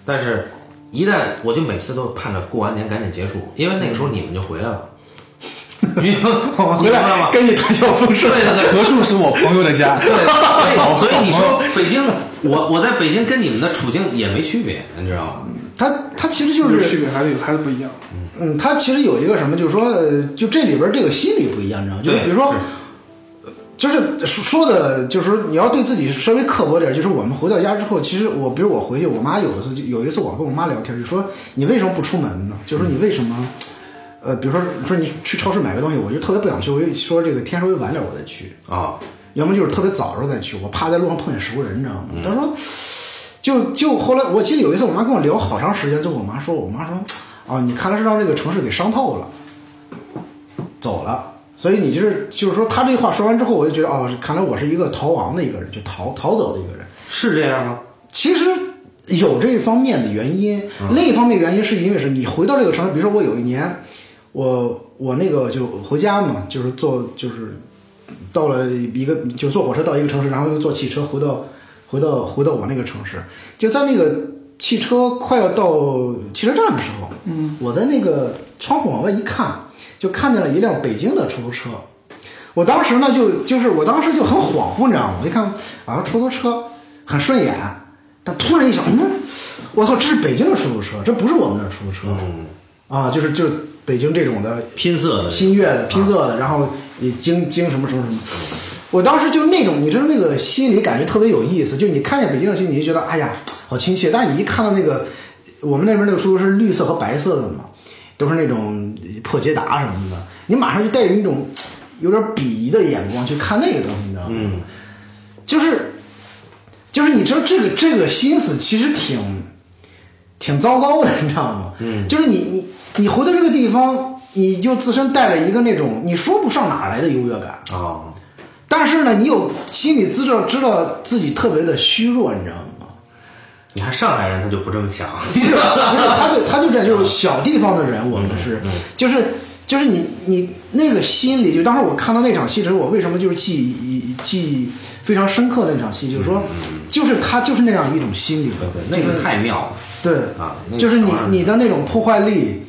Speaker 1: 但是，一旦我就每次都盼着过完年赶紧结束，因为那个时候你们就回来 了。你
Speaker 2: 我们回
Speaker 1: 你明白吗
Speaker 2: 来？跟你谈笑风生
Speaker 1: 对。对对，
Speaker 3: 何处是我朋友的家？
Speaker 1: 对，所以所以你说北京，我我在北京跟你们的处境也没区别，你知道吗？
Speaker 2: 他他其实就
Speaker 3: 就是
Speaker 2: 是
Speaker 3: 区别还是有还是不一样。
Speaker 2: 嗯，它其实有一个什么，就是说，呃就这里边这个心理不一样，你知道吗？就是
Speaker 1: 对
Speaker 2: 比如说
Speaker 1: 是，
Speaker 2: 就是说说的，就是说你要对自己稍微刻薄点。就是我们回到家之后，其实我，比如我回去，我妈有一次就有一次我跟我妈聊天，就说你为什么不出门呢？就是说你为什么？呃，比如说说你去超市买个东西，我就特别不想去，我就说这个天稍微晚点我再去，
Speaker 1: 啊、
Speaker 2: 要么就是特别早的时候再去，我怕在路上碰见熟人，你知道吗？她说，就就后来我记得有一次我妈跟我聊好长时间，最后我妈说，我妈说，啊，你看来是让这个城市给伤透了，走了。所以你就是就是说，她这话说完之后，我就觉得哦，看来我是一个逃亡的一个人，就逃逃走的一个人。
Speaker 1: 是这样吗？
Speaker 2: 其实有这方面的原因，另一方面原因是因为是你回到这个城市，比如说我有一年，我我那个就回家嘛，就是坐就是到了一个就坐火车到一个城市，然后又坐汽车回到回到回到我那个城市，就在那个汽车快要到汽车站的时候，嗯，我在那个窗户往外一看，就看见了一辆北京的出租车。我当时呢，就就是我当时就很恍惚，你知道吗？我一看啊，出租车很顺眼，但突然一想，嗯，我操，这是北京的出租车，这不是我们的出租车。啊，就是就北京这种的
Speaker 1: 拼色的啊
Speaker 2: 新月的拼色的，然后你经经什么什么什么。
Speaker 1: 嗯
Speaker 2: 我当时就那种，你知道那个心理感觉特别有意思，就是你看见北京的星，你就觉得哎呀好亲切，但是你一看到那个我们那边那个书是绿色和白色的嘛，都是那种破捷达什么的，你马上就带着一种有点鄙夷的眼光去看那个东西，你知道吗？
Speaker 1: 嗯，
Speaker 2: 就是就是你知道这个这个心思其实挺挺糟糕的，你知道吗？嗯，就是你你你回到这个地方，你就自身带着一个那种你说不上哪来的优越感。
Speaker 1: 啊，
Speaker 2: 但是呢，你有心理资质，知道自己特别的虚弱，你知道吗？
Speaker 1: 你看上海人他就不这么想，
Speaker 2: 不是，不是，他就他就这样，就是小地方的人，我们
Speaker 1: 嗯
Speaker 2: 是，就是就是你你那个心理，就当时我看到那场戏时候，我为什么就是记忆记忆非常深刻的那场戏，就是说，就是他就是那样一种心理
Speaker 1: 嗯对，那个太妙了。
Speaker 2: 对
Speaker 1: 啊那个
Speaker 2: 就是你
Speaker 1: 小孩儿
Speaker 2: 你的那种破坏力，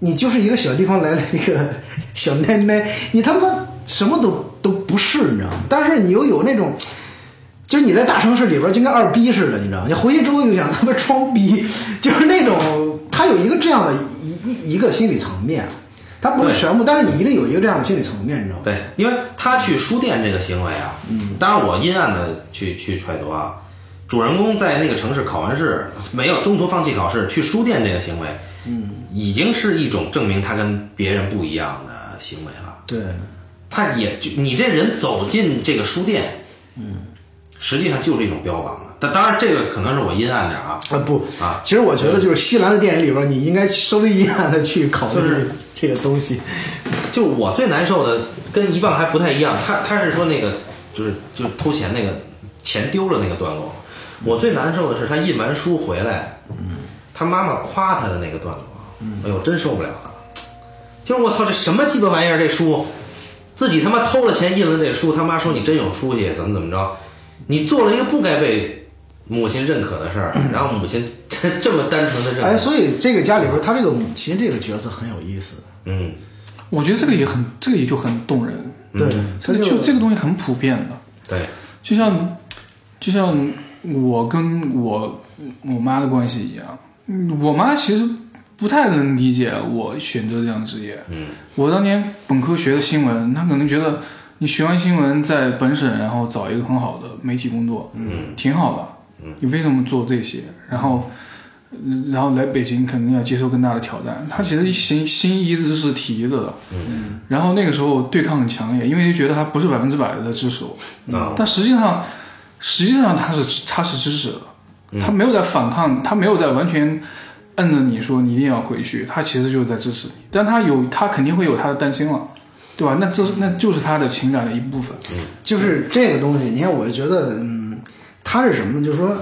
Speaker 2: 你就是一个小地方来的一个 小奶奶，你他妈什么都都不是，你知道吗？但是你又有那种，就是你在大城市里边儿就跟二逼似的，你知道吗？你回去之后就想他妈装逼，就是那种他有一个这样的一一一个心理层面，他不是
Speaker 1: 对
Speaker 2: 全部，但是你一定有一个这样的心理层面，你知道吗？
Speaker 1: 对，因为他去书店这个行为啊，嗯，当然我阴暗的去去揣度啊，主人公在那个城市考完试，没有中途放弃考试去书店这个行为，嗯，已经是一种证明他跟别人不一样的行为了。
Speaker 2: 对，
Speaker 1: 他也就你这人走进这个书店，嗯，实际上就是一种标榜了。但当然，这个可能是我阴暗点啊，
Speaker 2: 啊不
Speaker 1: 啊
Speaker 2: 其实我觉得就是西兰的电影里边儿，你应该稍微一样的去考虑
Speaker 1: 就是
Speaker 2: 这个东西。
Speaker 1: 就我最难受的跟一棒还不太一样，他他是说那个就是就是偷钱那个钱丢了那个段落，我最难受的是他印完书回来，他妈妈夸他的那个段落，哎呦真受不了了，就是我操这什么鸡巴玩意儿这书，自己他妈偷了钱印了这书，他妈说你真有出息，怎么怎么着，你做了一个不该被母亲认可的事儿，然后母亲这么单纯的认
Speaker 2: 哎，
Speaker 1: 可，
Speaker 2: 所以这个家里边儿，他这个母亲这个角色很有意思。
Speaker 1: 嗯，
Speaker 3: 我觉得这个也很，这个也就很动人。
Speaker 2: 对，他
Speaker 1: 嗯
Speaker 3: 这个就这个东西很普遍的，
Speaker 1: 对，
Speaker 3: 就像就像我跟我我妈的关系一样，嗯我妈其实不太能理解我选择这样的职业。
Speaker 1: 嗯，
Speaker 3: 我当年本科学的新闻，她可能觉得你学完新闻在本省，然后找一个很好的媒体工作，
Speaker 1: 嗯，
Speaker 3: 挺好的。嗯，你为什么做这些？然后。嗯然后来北京肯定要接受更大的挑战。她其实心心一直是提着的，嗯，然后那个时候对抗很强烈，因为就觉得她不是百分之百的在支持我，
Speaker 1: 啊，
Speaker 3: 但实际上，实际上他是他是支持的，他没有在反抗，他没有在完全摁着你说你一定要回去，他其实就是在支持你，但他有他肯定会有他的担心了，对吧？那这是那就是他的情感的一部分，
Speaker 2: 就是这个东西，你看，我觉得，嗯，他是什么呢？就是说，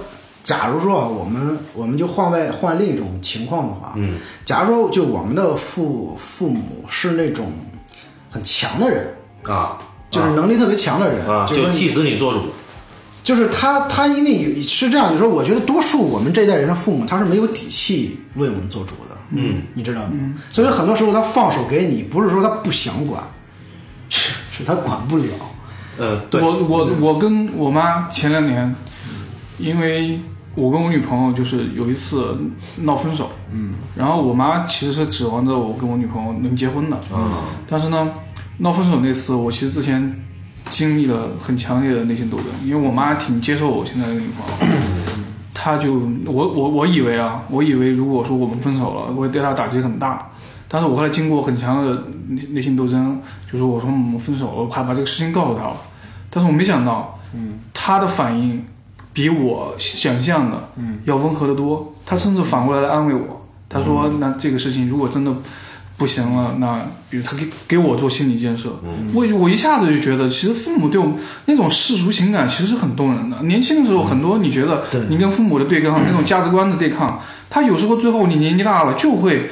Speaker 2: 假如说啊，我们我们就换位换另一种情况的话，
Speaker 1: 嗯，
Speaker 2: 假如说就我们的父父母是那种很强的人，
Speaker 1: 啊，
Speaker 2: 就是能力特别强的人，
Speaker 1: 啊，
Speaker 2: 就是
Speaker 1: 就
Speaker 2: 说你
Speaker 1: 替子女做主，
Speaker 2: 就是他，他因为有是这样，你说，我觉得多数我们这代人的父母他是没有底气为我们做主的，嗯，你知道吗？所以很多时候他放手给你，不是说他不想管，是是他管不了。
Speaker 1: 呃，对，
Speaker 3: 我我我跟我妈前两年，因为我跟我女朋友就是有一次闹分手，嗯，然后我妈其实是指望着我跟我女朋友能结婚的，
Speaker 1: 嗯
Speaker 3: 但是呢，闹分手那次，我其实之前经历了很强烈的内心斗争，因为我妈挺接受我现在这个女朋友，她就我我我以为啊，我以为如果说我们分手了，我会对她打击很大，但是我后来经过很强的内内心斗争，就是我说我们分手了，我快把这个事情告诉她了，但是我没想到，嗯，她的反应比我想象的，嗯，要温和得多，她甚至反过来来安慰我，她说、那这个事情如果真的。不行了，那比如他给给我做心理建设，我我一下子就觉得，其实父母对我们那种世俗情感其实是很动人的。年轻的时候，很多你觉得
Speaker 2: 对
Speaker 3: 你跟父母的嗯对嗯抗，那种价值观的对抗，他有时候最后你年纪大了就会，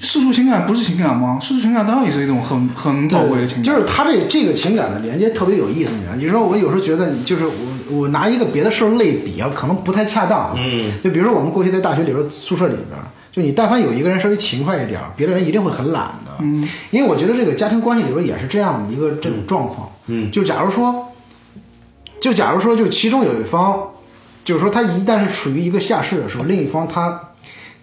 Speaker 3: 世俗情感不是情感吗？世俗情感当然也是一种很很宝贵的情
Speaker 2: 就
Speaker 3: 感，
Speaker 2: 是他这这个情感的连接特别有意思，你知道？你说我有时候觉得，就是我我拿一个别的事儿类比啊，可能不太恰当。
Speaker 1: 嗯，
Speaker 2: 就比如说我们过去在大学里边宿舍里边，就你但凡有一个人稍微勤快一点儿，别的人一定会很懒的。嗯，因为我觉得这个家庭关系里边也是这样的一个这种状况。
Speaker 1: 嗯，
Speaker 2: 就假如说，就假如说，就其中有一方，就是说他一旦是处于一个下势的时候，另一方他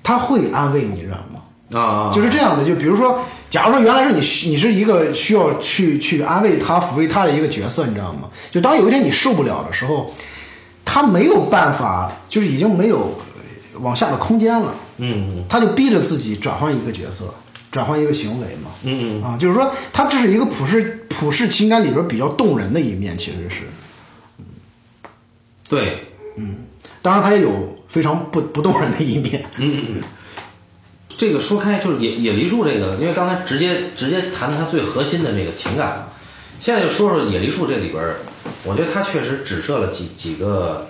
Speaker 2: 他会安慰你，知道吗？
Speaker 1: 啊，
Speaker 2: 就是这样的。就比如说，假如说原来是你需你是一个需要去去安慰他、抚慰他的一个角色，你知道吗？就当有一天你受不了的时候，他没有办法，就是已经没有呃往下的空间了，
Speaker 1: 嗯
Speaker 2: 他就逼着自己转换一个角色，转换一个行为嘛。
Speaker 1: 嗯
Speaker 2: 啊，就是说，他这是一个普世普世情感里边比较动人的一面，其实是。
Speaker 1: 对，
Speaker 2: 当然，他也有非常不不动人的一面。
Speaker 1: 嗯这个说开就是野野梨树这个，因为刚才直接直接谈它最核心的这个情感了，现在就说说野梨树这里边儿，我觉得它确实指涉了几几个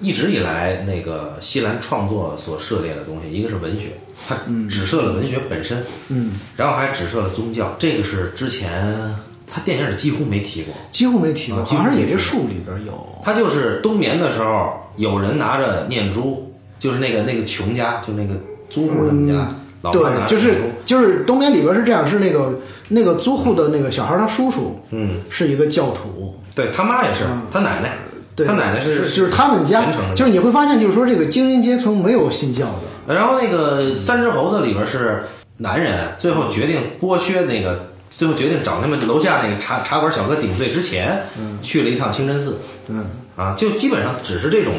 Speaker 1: 一直以来那个西兰创作所涉猎的东西，一个是文学，它指涉了文学本身，嗯，然后还指涉了宗教，这个是之前他电影里几乎没提过，
Speaker 2: 几乎没提过，
Speaker 1: 啊几乎
Speaker 2: 好像是
Speaker 1: 没
Speaker 2: 也
Speaker 1: 提
Speaker 2: 这
Speaker 1: 过
Speaker 2: 树里边有。
Speaker 1: 他就是冬眠的时候，有人拿着念珠，就是那个那个穷家，就那个租户他们家，老妈拿
Speaker 2: 嗯
Speaker 1: 着
Speaker 2: 对，就是
Speaker 1: 念珠
Speaker 2: 就是东边里边是这样，是那个那个租户的那个小孩，他叔叔
Speaker 1: 嗯，
Speaker 2: 是一个教徒，
Speaker 1: 对他妈也是，他奶奶，
Speaker 2: 嗯对，
Speaker 1: 他奶奶
Speaker 2: 是
Speaker 1: 是
Speaker 2: 就是他们家
Speaker 1: 虔诚，的
Speaker 2: 就是你会发现，就是说这个精英阶层没有信教的，
Speaker 1: 然后那个三只猴子里边是男人，最后决定剥削那个，最后决定找他们楼下那个茶茶馆小哥顶罪之前，去了一趟清真寺
Speaker 2: 嗯，
Speaker 1: 啊，就基本上只是这种，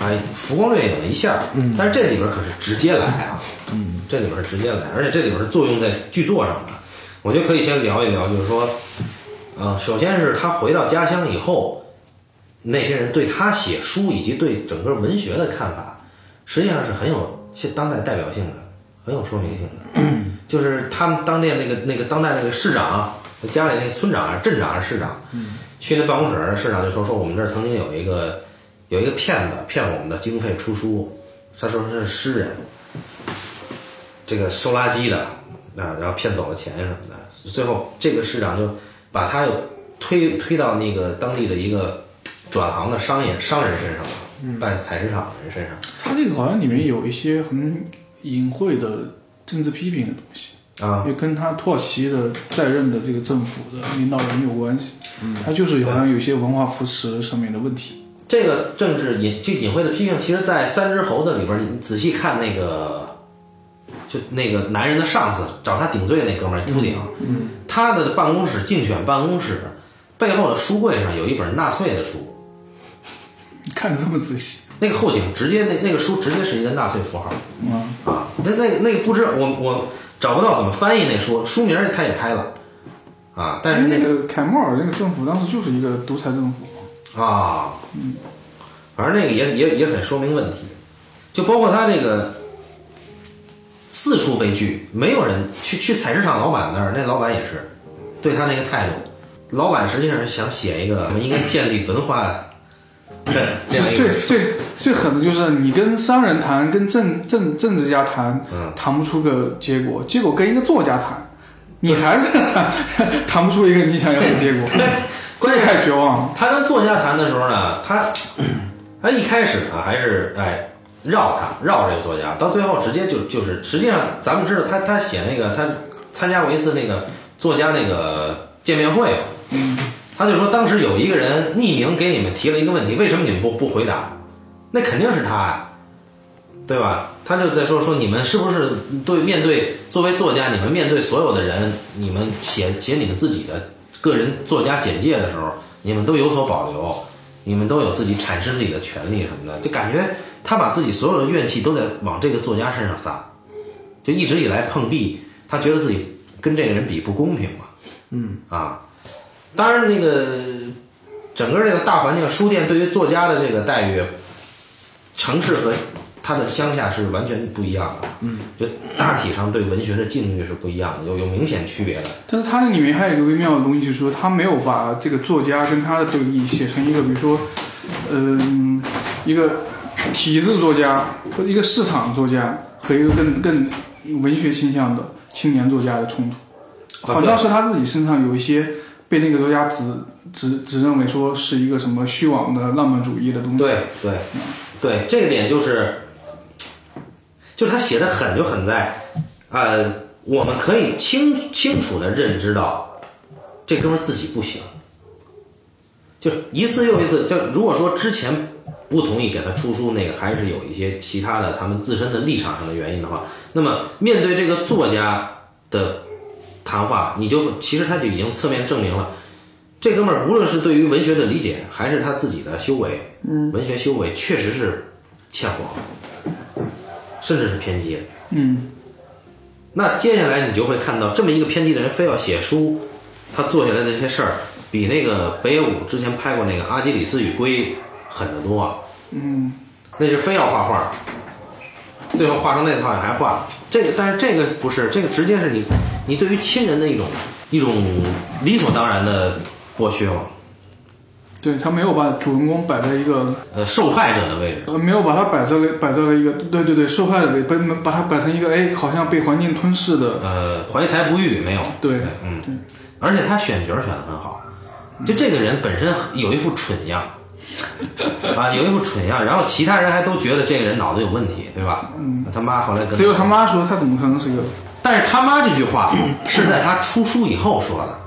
Speaker 1: 哎，浮光掠影的一下，但是这里边可是直接来啊，嗯，这里边是直接来，而且这里边是作用在剧作上的，我觉得可以先聊一聊，就是说，啊，首先是他回到家乡以后，那些人对他写书以及对整个文学的看法，实际上是很有现当代代表性的，很有说明性的。就是他们当地那个那个当代那个市长，家里那个村长、镇长还是市长，去那办公室，市长就说说我们这儿曾经有一个有一个骗子骗我们的经费出书，他说是诗人，这个收垃圾的啊，然后骗走了钱什么的。最后这个市长就把他又推推到那个当地的一个转行的商业商人身上了，办采石场的人身上。
Speaker 3: 他这个好像里面有一些很隐晦的政治批评的东西，
Speaker 1: 啊，
Speaker 3: 也跟他土耳其的在任的这个政府的领导人有关系。他就是好像有一些文化扶持上面的问题。
Speaker 1: 这个政治隐就隐晦的批评，其实，在《三只猴子》里边，你仔细看那个，就那个男人的上司找他顶罪的那哥们儿秃顶，嗯，他的办公室竞选办公室背后的书柜上有一本纳粹的书，
Speaker 3: 你看得这么仔细
Speaker 1: 那个后颈直接那那个书直接是一个纳粹符号
Speaker 3: 啊？
Speaker 1: 啊，那那那个不知我我找不到怎么翻译那书，书名儿他也拍了啊，但是那
Speaker 3: 因为
Speaker 1: 个。
Speaker 3: 哎那个凯末尔那个政府当时就是一个独裁政府，
Speaker 1: 啊，反正那个也也也很说明问题，就包括他这个四处被拒，没有人去去采石场老板那儿，那老板也是对他那个态度，老板实际上是想写一个我们应该建立文化的这样一
Speaker 3: 最
Speaker 1: 个
Speaker 3: 最最狠的就是你跟商人谈，跟政政政治家谈，
Speaker 1: 嗯
Speaker 3: 谈不出个结果，结果跟一个作家谈，你还是谈谈不出一个你想要 的结果，这
Speaker 1: 关
Speaker 3: 个
Speaker 1: 键
Speaker 3: 太绝望了。
Speaker 1: 他跟作家谈的时候呢，他他一开始呢还是哎绕他绕这个作家，到最后直接就就是实际上咱们知道他他写那个他参加过一次那个作家那个见面会嘛，他就说当时有一个人匿名给你们提了一个问题，为什么你们不不回答？那肯定是他呀、对吧？他就在说说你们是不是对面对作为作家，你们面对所有的人，你们写写你们自己的个人作家简介的时候，你们都有所保留，你们都有自己阐释自己的权利什么的，就感觉他把自己所有的怨气都在往这个作家身上撒，就一直以来碰壁，他觉得自己跟这个人比不公平嘛，嗯啊，当然那个整个这个大环境，书店对于作家的这个待遇，城市和它的乡下是完全不一样的，嗯，就大体上对文学的境遇是不一样的，有有明显区别的，
Speaker 3: 但是他那里面还有一个微妙的东西，就是说他没有把这个作家跟他的对立写成一个，比如说，嗯、一个体制作家或者一个市场作家和一个更更文学倾向的青年作家的冲突，
Speaker 1: 啊
Speaker 3: 反
Speaker 1: 对
Speaker 3: 倒是他自己身上有一些被那个作家只只只认为说是一个什么虚妄的浪漫主义的东西。嗯
Speaker 1: 对对对，这个点就是，就是他写的狠就狠在，呃，我们可以清清楚的认知到，这哥们儿自己不行。就一次又一次，就如果说之前不同意给他出书那个，还是有一些其他的他们自身的立场上的原因的话，那么面对这个作家的谈话，你就其实他就已经侧面证明了。这哥们儿无论是对于文学的理解，还是他自己的修为，嗯，文学修为确实是欠火，甚至是偏激。
Speaker 3: 嗯，
Speaker 1: 那接下来你就会看到，这么一个偏激的人非要写书，他做下来的这些事儿，比那个北野武之前拍过那个《阿基里斯与龟》狠得多啊。
Speaker 3: 嗯，
Speaker 1: 那就非要画画，最后画成那套也还画。这个，但是这个不是，这个直接是你你对于亲人的一种一种理所当然的剥削嘛，
Speaker 3: 对他没有把主人公摆在一个
Speaker 1: 呃，受害者的位置。
Speaker 3: 呃，没有把它摆在了摆在了一个对对对受害者被把它摆成一个哎，好像被环境吞噬的，
Speaker 1: 呃，怀才不遇没有，
Speaker 3: 对，
Speaker 1: 嗯，而且他选角选的很好，就这个人本身有一副蠢样，啊，有一副蠢样，然后其他人还都觉得这个人脑子有问题，对吧？嗯，他妈后来跟
Speaker 3: 只有他，妈说他怎么可能是一个
Speaker 1: 但是他妈这句话是在他出书以后说的。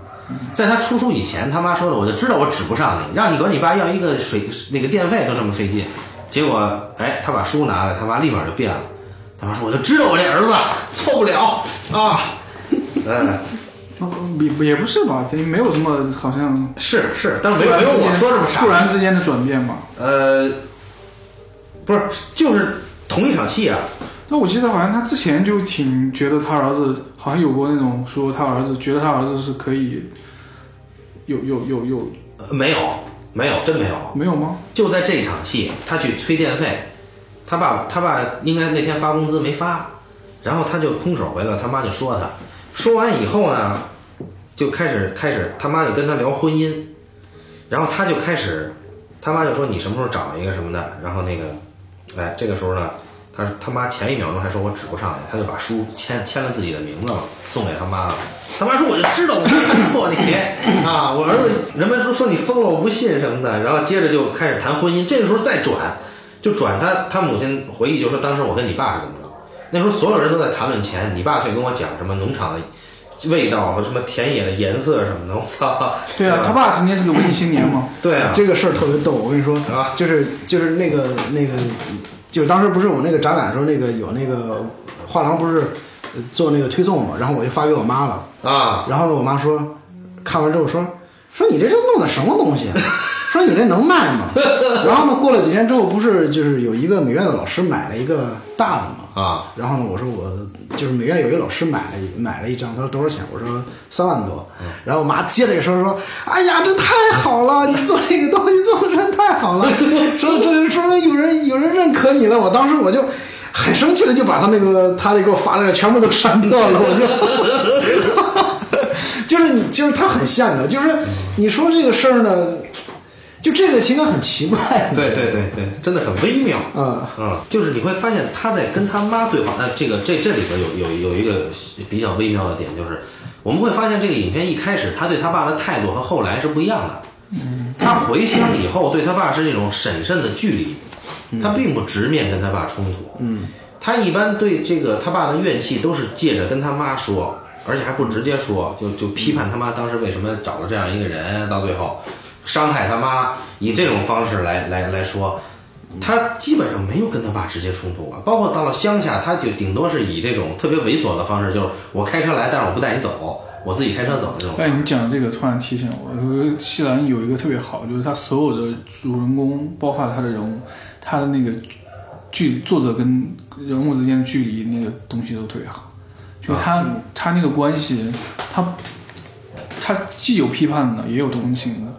Speaker 1: 在他出书以前，他妈说的，我就知道我指不上你，让你管你爸要一个水那个电费都这么费劲，结果哎，他把书拿来，他妈立马就变了，他妈说我就知道我这儿子错不了啊，嗯。
Speaker 3: 呃也也不是吧，也没有什么好像
Speaker 1: 是是，但是没
Speaker 3: 突
Speaker 1: 有
Speaker 3: 然
Speaker 1: 没有
Speaker 3: 之间
Speaker 1: 我说这么傻。
Speaker 3: 突然之间的转变嘛。
Speaker 1: 呃，不是，就是同一场戏啊。
Speaker 3: 但我记得好像他之前就挺觉得他儿子好像有过那种说他儿子觉得他儿子是可以有有有有
Speaker 1: 呃没有没有，真没有。
Speaker 3: 没有吗？
Speaker 1: 就在这场戏，他去催电费，他爸他爸应该那天发工资没发，然后他就空手回来了，他妈就说他，说完以后呢，就开始开始他妈就跟他聊婚姻，然后他就开始，他妈就说你什么时候找一个什么的，然后那个，哎，这个时候呢，他他妈前一秒钟还说我指不上你，他就把书签签了自己的名字了，送给他妈了。他妈说我就知道我没看错你啊，我儿子人们都说你疯了，我不信什么的，然后接着就开始谈婚姻，这个时候再转，就转他他母亲回忆就说当时我跟你爸是怎么着，那时候所有人都在谈论钱，你爸却跟我讲什么农场的。味道和什么田野的颜色什么的，我操！
Speaker 3: 对啊，他爸曾经是个文艺青年嘛。
Speaker 1: 对啊，
Speaker 2: 这个事儿特别逗，我跟你说
Speaker 1: 啊，
Speaker 2: 就是就是那个那个，就是当时不是我那个展览的时候，那个有那个画廊不是呃做那个推送嘛，然后我就发给我妈了，
Speaker 1: 啊，
Speaker 2: 然后呢，我妈说看完之后说说你这这弄的什么东西啊、 说你这能卖吗？然后呢，过了几天之后，不是就是有一个美院的老师买了一个大的吗？
Speaker 1: 啊，
Speaker 2: 然后呢，我说我就是美院有一个老师买了一买了一张，他说多少钱？我说三万多。
Speaker 1: 嗯
Speaker 2: 然后我妈接着也说说，哎呀，这太好了，你做这个东西做的真太 好了，说这说明有人有人认可你了。我当时我就很生气的就把他那个他那给我发的全部都删掉了，我 就，就是你就是他很像的，就是你说这个事儿呢，就这个情感很奇怪，
Speaker 1: 对对对对，真的很微妙。
Speaker 2: 嗯。
Speaker 1: 嗯，就是你会发现他在跟他妈对话。那这个这这里边有有有一个比较微妙的点，就是我们会发现这个影片一开始他对他爸的态度和后来是不一样的。他回乡以后对他爸是一种审慎的距离，他并不直面跟他爸冲突。嗯，他一般对这个他爸的怨气都是借着跟他妈说，而且还不直接说，就就批判他妈当时为什么找了这样一个人，到最后伤害他妈，以这种方式来来来说。他基本上没有跟他爸直接冲突过，包括到了乡下，他就顶多是以这种特别猥琐的方式，就是我开车来，但是我不带你走，我自己开车走这种。
Speaker 3: 哎，你讲这个突然提醒我，有一个西兰有一个特别好，就是他所有的主人公，包括他的人物，他的那个距作者跟人物之间的距离那个东西都特别好，就他、他那个关系，他他既有批判的，也有同情的，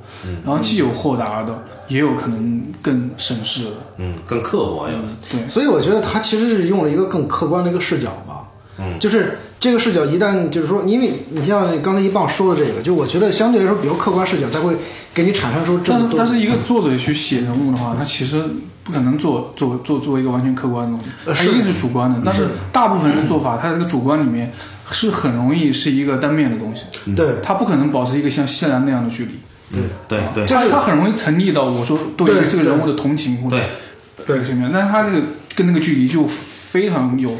Speaker 3: 然后既有豁达的，也有可能更审视的，
Speaker 1: 嗯，更刻薄有的。
Speaker 3: 对。
Speaker 2: 所以我觉得他其实是用了一个更客观的一个视角吧。嗯，就是这个视角一旦就是说，因为你像刚才一棒说的这个，就我觉得相对来说比较客观视角才会给你产生出这
Speaker 3: 但
Speaker 2: 么
Speaker 3: 是
Speaker 2: 多。
Speaker 3: 但是一个作者去写人物的话，他其实不可能做做做做一个完全客观的
Speaker 2: 呃
Speaker 3: 东西，他一定是主观的。但是大部分的做法，他这个主观里面是很容易是一个单面的东西，
Speaker 2: 对
Speaker 3: 他不可能保持一个像谢兰那样的距离。
Speaker 2: 对
Speaker 1: 对对
Speaker 2: 就
Speaker 3: 他
Speaker 2: 是
Speaker 3: 他很容易沉溺到我说对
Speaker 2: 对
Speaker 3: 于这个人物的同情或者
Speaker 1: 对
Speaker 2: 对
Speaker 3: 什么样，但是他这个跟那个距离就非常有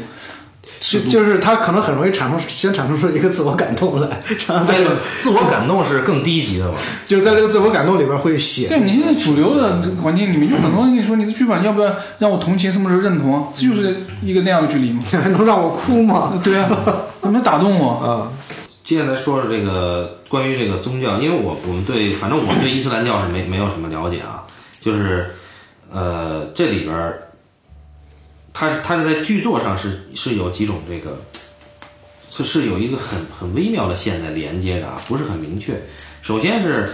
Speaker 2: 就就是他可能很容易产生先产生出一个自我感动来，然后再
Speaker 1: 这个自我感动是更低级的吧？
Speaker 2: 就是在这个自我感动里边会写
Speaker 3: 对，你现在主流的这个环境里面，有很多人跟你说你的剧本要不要让我同情什么时候认同啊，这就是一个那样的距离嘛。
Speaker 2: 还能让我哭吗？
Speaker 3: 对啊，能不能打动我？
Speaker 2: 啊，
Speaker 1: 接下来说说这个关于这个宗教，因为我我们对反正我对伊斯兰教是没没有什么了解啊，就是呃这里边儿，它它是在剧作上是是有几种这个是是有一个很很微妙的线在连接的啊，不是很明确。首先是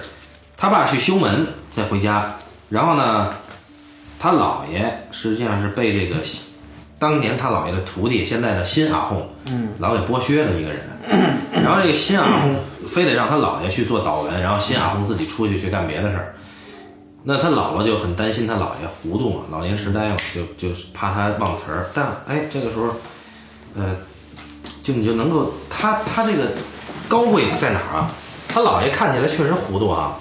Speaker 1: 他爸去修门再回家，然后呢，他姥爷实际上是被这个当年他姥爷的徒弟，现在的新阿訇，嗯，老给剥削的一个人。然后这个新阿訇非得让他姥爷去做导文，然后新阿訇自己出去去干别的事儿。那他姥姥就很担心他姥爷糊涂嘛，老年痴呆嘛，就就是怕他忘词儿。但哎，这个时候，呃，就你就能够他他这个高贵在哪儿啊？他姥爷看起来确实糊涂啊。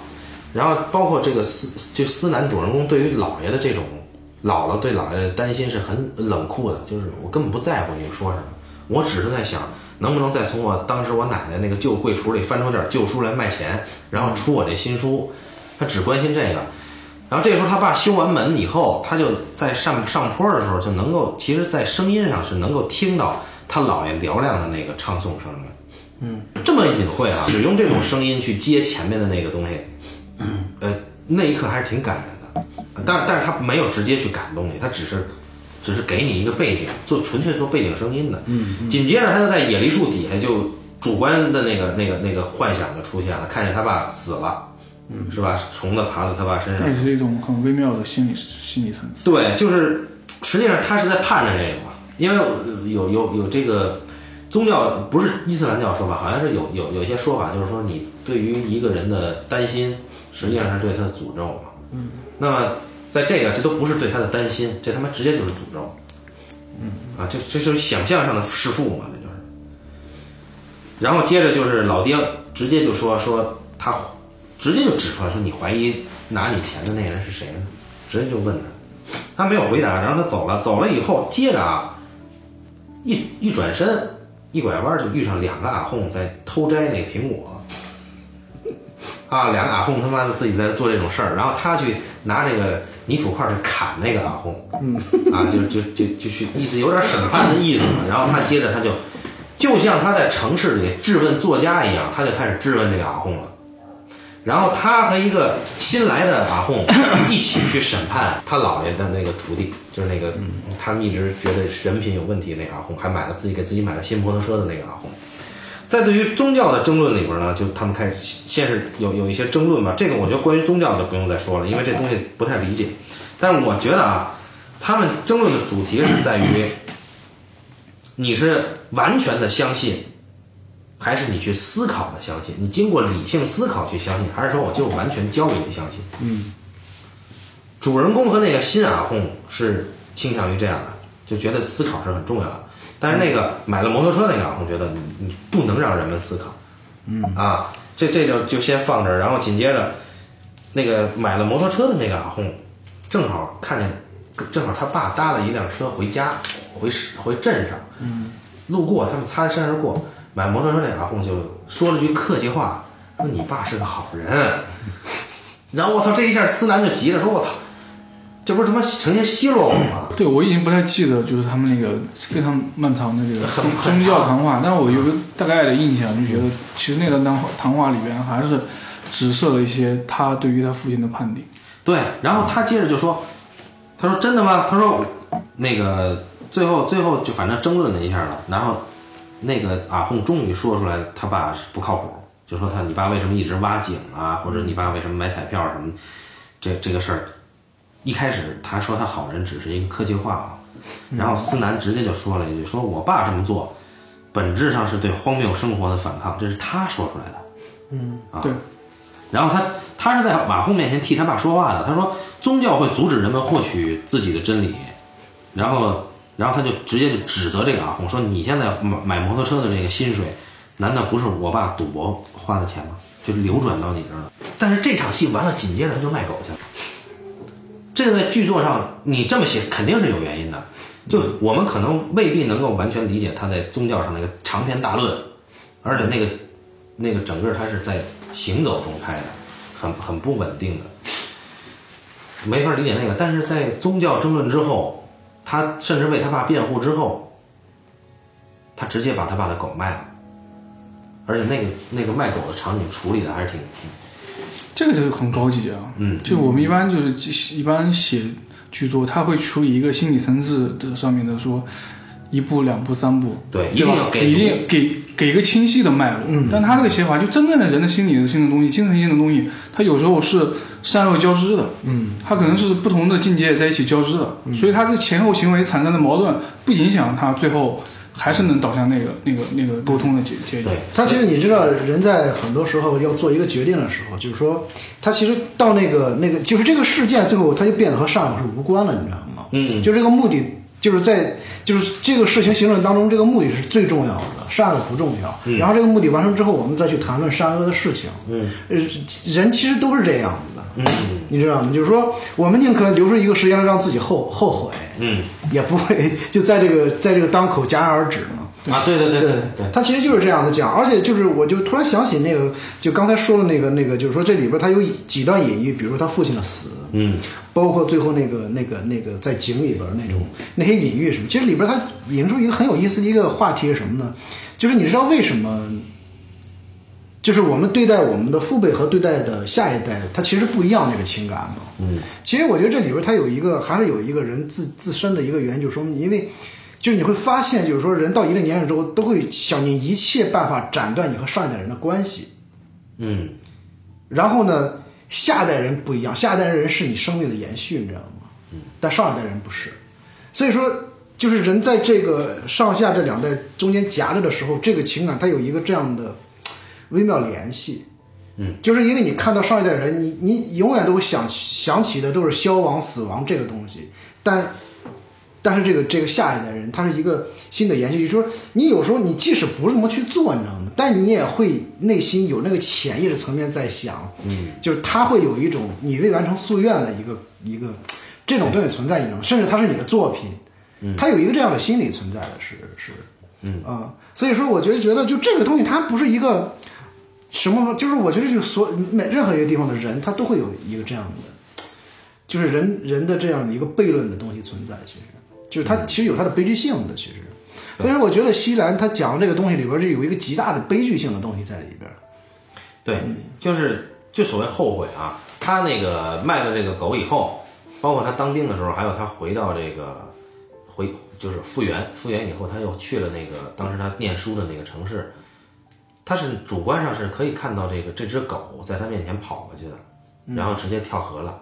Speaker 1: 然后包括这个思就思南主人公对于姥爷的这种姥姥对姥爷的担心是很冷酷的，就是我根本不在乎你说什么，我只是在想能不能再从我当时我奶奶那个旧柜橱里翻出点旧书来卖钱，然后出我这新书。他只关心这个。然后这个时候他爸修完门以后，他就在上上坡的时候就能够，其实，在声音上是能够听到他姥爷嘹亮的那个唱诵声的。嗯，这么隐晦啊，只用这种声音去接前面的那个东西，呃，那一刻还是挺感人的。但但是他没有直接去感动你，他只是只是给你一个背景，做纯粹做背景声音的。嗯，紧接着他就在野梨树底下就主观的那个那个那个幻想就出现了，看见他爸死了，嗯，是吧？虫子爬到他爸身上
Speaker 3: 这也，是一种很微妙的心理心理层次。
Speaker 1: 对，就是实际上他是在盼着这个嘛，因为有有有有这个宗教不是伊斯兰教说法，好像是有有有一些说法，就是说你对于一个人的担心，实际上是对他的诅咒嘛。嗯，那么在这个这都不是对他的担心，这他妈直接就是诅咒。嗯，啊，这这就是想象上的弑父嘛，这就是。然后接着就是老爹直接就说说他直接就指出来说你怀疑拿你钱的那个人是谁呢？直接就问他。他没有回答，然后他走了，走了以后，接着啊，一一转身，一拐弯就遇上两个阿訇在偷摘那个苹果，啊，两个阿訇他妈的自己在做这种事儿，然后他去拿这个泥土块去砍那个阿訇，嗯，啊，就就就就去意思有点审判的意思嘛，然后他接着他就，就像他在城市里质问作家一样，他就开始质问这个阿訇了。然后他和一个新来的阿訇 一起去审判他姥爷的那个徒弟，就是那个他们一直觉得人品有问题的那个阿訇，还买了自己给自己买了新摩托车的那个阿訇。在对于宗教的争论里边呢，就他们开始先是有有一些争论吧，这个我觉得关于宗教就不用再说了，因为这东西不太理解。但是我觉得啊，他们争论的主题是在于，你是完全的相信还是你去思考的相信，你经过理性思考去相信，还是说我就完全交给你相信？嗯，主人公和那个新阿訇是倾向于这样的，就觉得思考是很重要的。但是那个买了摩托车那个阿訇觉得你你不能让人们思考，嗯啊，这这就就先放这儿，然后紧接着那个买了摩托车的那个阿訇，正好看见，正好他爸搭了一辆车回家，回市回镇上，路过，他们擦身而过，买摩托车那阿訇就说了句客气话，说你爸是个好人。 然后我操，这一下思南就急了，说我操，这不是他妈成天奚落我吗？
Speaker 3: 对，我已经不太记得，就是他们那个非常漫长的这个宗宗教谈话，但我有个大概的印象，就觉得其实那段谈话谈话里边还是直射了一些他对于他父亲的判定。
Speaker 1: 对，然后他接着就说，他说真的吗？他说那个最后最后就反正争论了一下了，然后那个阿訇终于说出来他爸是不靠谱，就说他你爸为什么一直挖井啊，或者你爸为什么买彩票什么，这这个事儿，一开始他说他好人只是一个客气话啊，然后思南直接就说了一句，说我爸这么做，本质上是对荒谬生活的反抗，这是他说出来的。啊
Speaker 3: 对，
Speaker 1: 然后他他是在马訇面前替他爸说话的。他说宗教会阻止人们获取自己的真理，然后然后他就直接就指责这个阿訇说：“你现在买买摩托车的这个薪水，难道不是我爸赌博花的钱吗？就流转到你这儿了。”但是这场戏完了，紧接着他就卖狗去了。这个在剧作上你这么写肯定是有原因的，就我们可能未必能够完全理解他在宗教上那个长篇大论，而且那个那个整个他是在行走中开的，很很不稳定的，没法理解那个。但是在宗教争论之后，他甚至为他爸辩护之后，他直接把他爸的狗卖了，而且那个那个卖狗的场景处理的还是挺
Speaker 3: 这个就很高级啊。
Speaker 1: 嗯，
Speaker 3: 就我们一般就是一般写剧作，他会处理一个心理层次的上面的说，一步、两步、三步，
Speaker 1: 对，一
Speaker 3: 对
Speaker 1: 定
Speaker 3: 吧
Speaker 1: 要给
Speaker 3: 一
Speaker 1: 足
Speaker 3: 定给给一个清晰的脉络。嗯，但他这个写法就真正的人的心理性的东西、精神性的东西，它有时候是善恶交织的。嗯，它可能是不同的境界在一起交织的，所以它这前后行为产生的矛盾不影响他最后还是能导向那个那个那个沟通的结结局。
Speaker 1: 对，
Speaker 2: 他其实你知道，人在很多时候要做一个决定的时候，就是说，他其实到那个那个，就是这个事件最后，他就变得和善恶是无关了，你知道吗？
Speaker 1: 嗯，
Speaker 2: 就这个目的，就是在就是这个事情行政当中，这个目的是最重要的，善恶不重要。然后这个目的完成之后，我们再去谈论善恶的事情。嗯，人其实都是这样的。嗯，你知道吗？就是说，我们宁可留出一个时间来让自己后后悔，
Speaker 1: 嗯
Speaker 2: 也不会就在这个在这个当口戛然而止嘛。
Speaker 1: 啊，对对对对对，
Speaker 2: 他其实就是这样的讲，而且就是我就突然想起那个，就刚才说的那个那个，就是说这里边他有几段隐喻，比如说他父亲的死，
Speaker 1: 嗯
Speaker 2: 包括最后那个那个那个在井里边那种那些隐喻什么，其实里边他引出一个很有意思的一个话题是什么呢？就是你知道为什么？就是我们对待我们的父辈和对待的下一代，他其实不一样那个情感嘛。
Speaker 1: 嗯，
Speaker 2: 其实我觉得这里边它有一个，还是有一个人自自身的一个原因，就是说，因为就是你会发现，就是说，人到一定年龄之后，都会想尽一切办法斩断你和上一代人的关系。
Speaker 1: 嗯。
Speaker 2: 然后呢，下一代人不一样，下一代人是你生命的延续，你知道吗？但上一代人不是，所以说就是人在这个上下这两代中间夹着的时候，这个情感它有一个这样的微妙联系。
Speaker 1: 嗯，
Speaker 2: 就是因为你看到上一代人，你你永远都会想想起的都是消亡、死亡这个东西，但但是这个这个下一代人，他是一个新的延续，就是说你有时候你即使不这么去做，你知道吗？但你也会内心有那个潜意识层面在想，嗯，就是他会有一种你未完成夙愿的一个一个这种东西存在，你知道吗？甚至它是你的作品，嗯，它有一个这样的心理存在的是是，嗯啊、所以说我觉得觉得就这个东西它不是一个什么，就是我觉得就是所每任何一个地方的人，他都会有一个这样的。就是人人的这样的一个悖论的东西存在，其实就是它其实有它的悲剧性的，其实。所以说，我觉得西兰他讲这个东西里边是有一个极大的悲剧性的东西在里边。
Speaker 1: 对，就是就所谓后悔啊，他那个卖了这个狗以后，包括他当兵的时候，还有他回到这个回就是复员，复员以后他又去了那个当时他念书的那个城市，他是主观上是可以看到这个这只狗在他面前跑过去的，然后直接跳河了，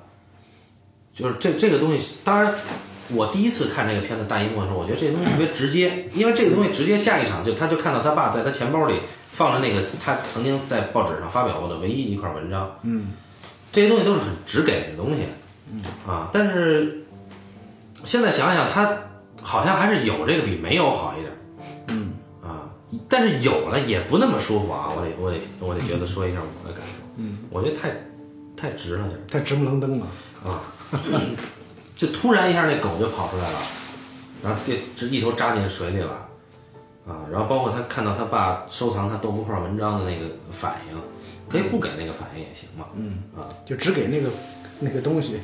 Speaker 1: 就是这这个东西，当然。我第一次看这个片子大荧幕的时候，我觉得这个东西特别直 接，因为这个东西直接下一场就他就看到他爸在他钱包里放着那个他曾经在报纸上发表过的唯一一块文章。嗯，这些东西都是很直给的东西。嗯啊，但是现在想想，他好像还是有这个比没有好一点。嗯啊，但是有了也不那么舒服啊！我得我得我得觉得说一下我的感受。嗯，我觉得太太直了点儿
Speaker 2: 太直不愣登了。
Speaker 1: 啊， 就突然一下那狗就跑出来了，然后就直一头扎进水里了。啊，然后包括他看到他爸收藏他豆腐块文章的那个反应，可以不给那个反应也行嘛。嗯啊，
Speaker 2: 就只给那个那个东西，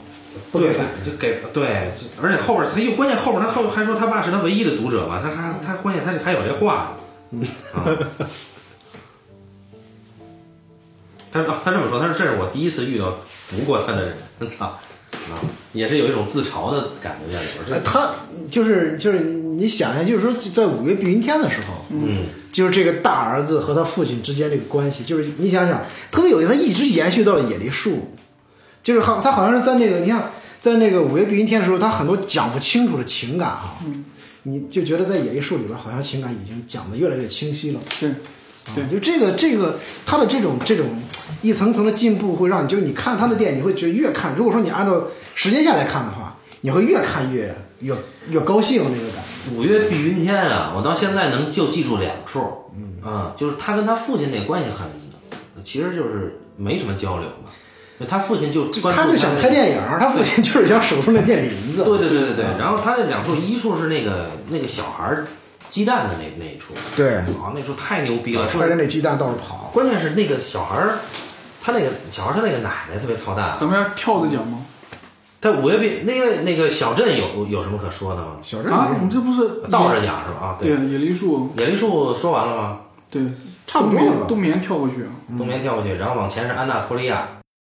Speaker 2: 不给
Speaker 1: 对，就给对，就而且后边他又关键后边他后还说他爸是他唯一的读者嘛，他还他关键他还有这话，
Speaker 2: 嗯
Speaker 1: 啊， 他说、啊他这么说，他说这是我第一次遇到读过他的人，操啊，也是有一种自嘲的感觉在里边
Speaker 2: 呃
Speaker 1: 儿，
Speaker 2: 他就是就是你想一下，就是说在五月避云天的时候，
Speaker 1: 这嗯
Speaker 2: 就是这个大儿子和他父亲之间这个关系，就是你想想，特别有意思，他一直延续到了野梨树，就是好，他好像是在那个你看，在那个五月避云天的时候，他很多讲不清楚的情感啊，你就觉得在野梨树里边，好像情感已经讲的越来越清晰了。
Speaker 3: 对，对
Speaker 2: 啊，就这个这个他的这种这种一层层的进步，会让你就是你看他的电影，你会觉得越看，如果说你按照时间下来看的话，你会越看越越越高兴那个感觉。
Speaker 1: 嗯五岳碧云天啊，我到现在能就记住两处，嗯啊，就是他跟他父亲那关系很，其实就是没什么交流嘛，他父亲就关注
Speaker 2: 他就想拍电影，他父亲就是想守住那片林子。
Speaker 1: 对对对对对，然后他那两处，一处是那个那个小孩儿鸡蛋的那那一处，
Speaker 2: 对，
Speaker 1: 哇，那处太牛逼了，
Speaker 2: 啊揣着那鸡蛋到处跑。
Speaker 1: 关键是那个小孩儿，他那个小孩儿他那个奶奶特别操蛋，
Speaker 3: 咱们要跳着讲吗？
Speaker 1: 他五月病那个那个小镇有有什么可说的吗？
Speaker 2: 小镇
Speaker 3: 啊，我
Speaker 2: 没
Speaker 3: 们这不是
Speaker 1: 倒着讲是吧？啊，
Speaker 3: 对，野梨树，
Speaker 1: 野梨树说完了吗？
Speaker 3: 对，
Speaker 2: 差不多
Speaker 3: 冬眠
Speaker 2: 了嗯
Speaker 3: 冬眠跳过去啊，
Speaker 1: 冬眠跳过去，然后往前是安纳托利亚，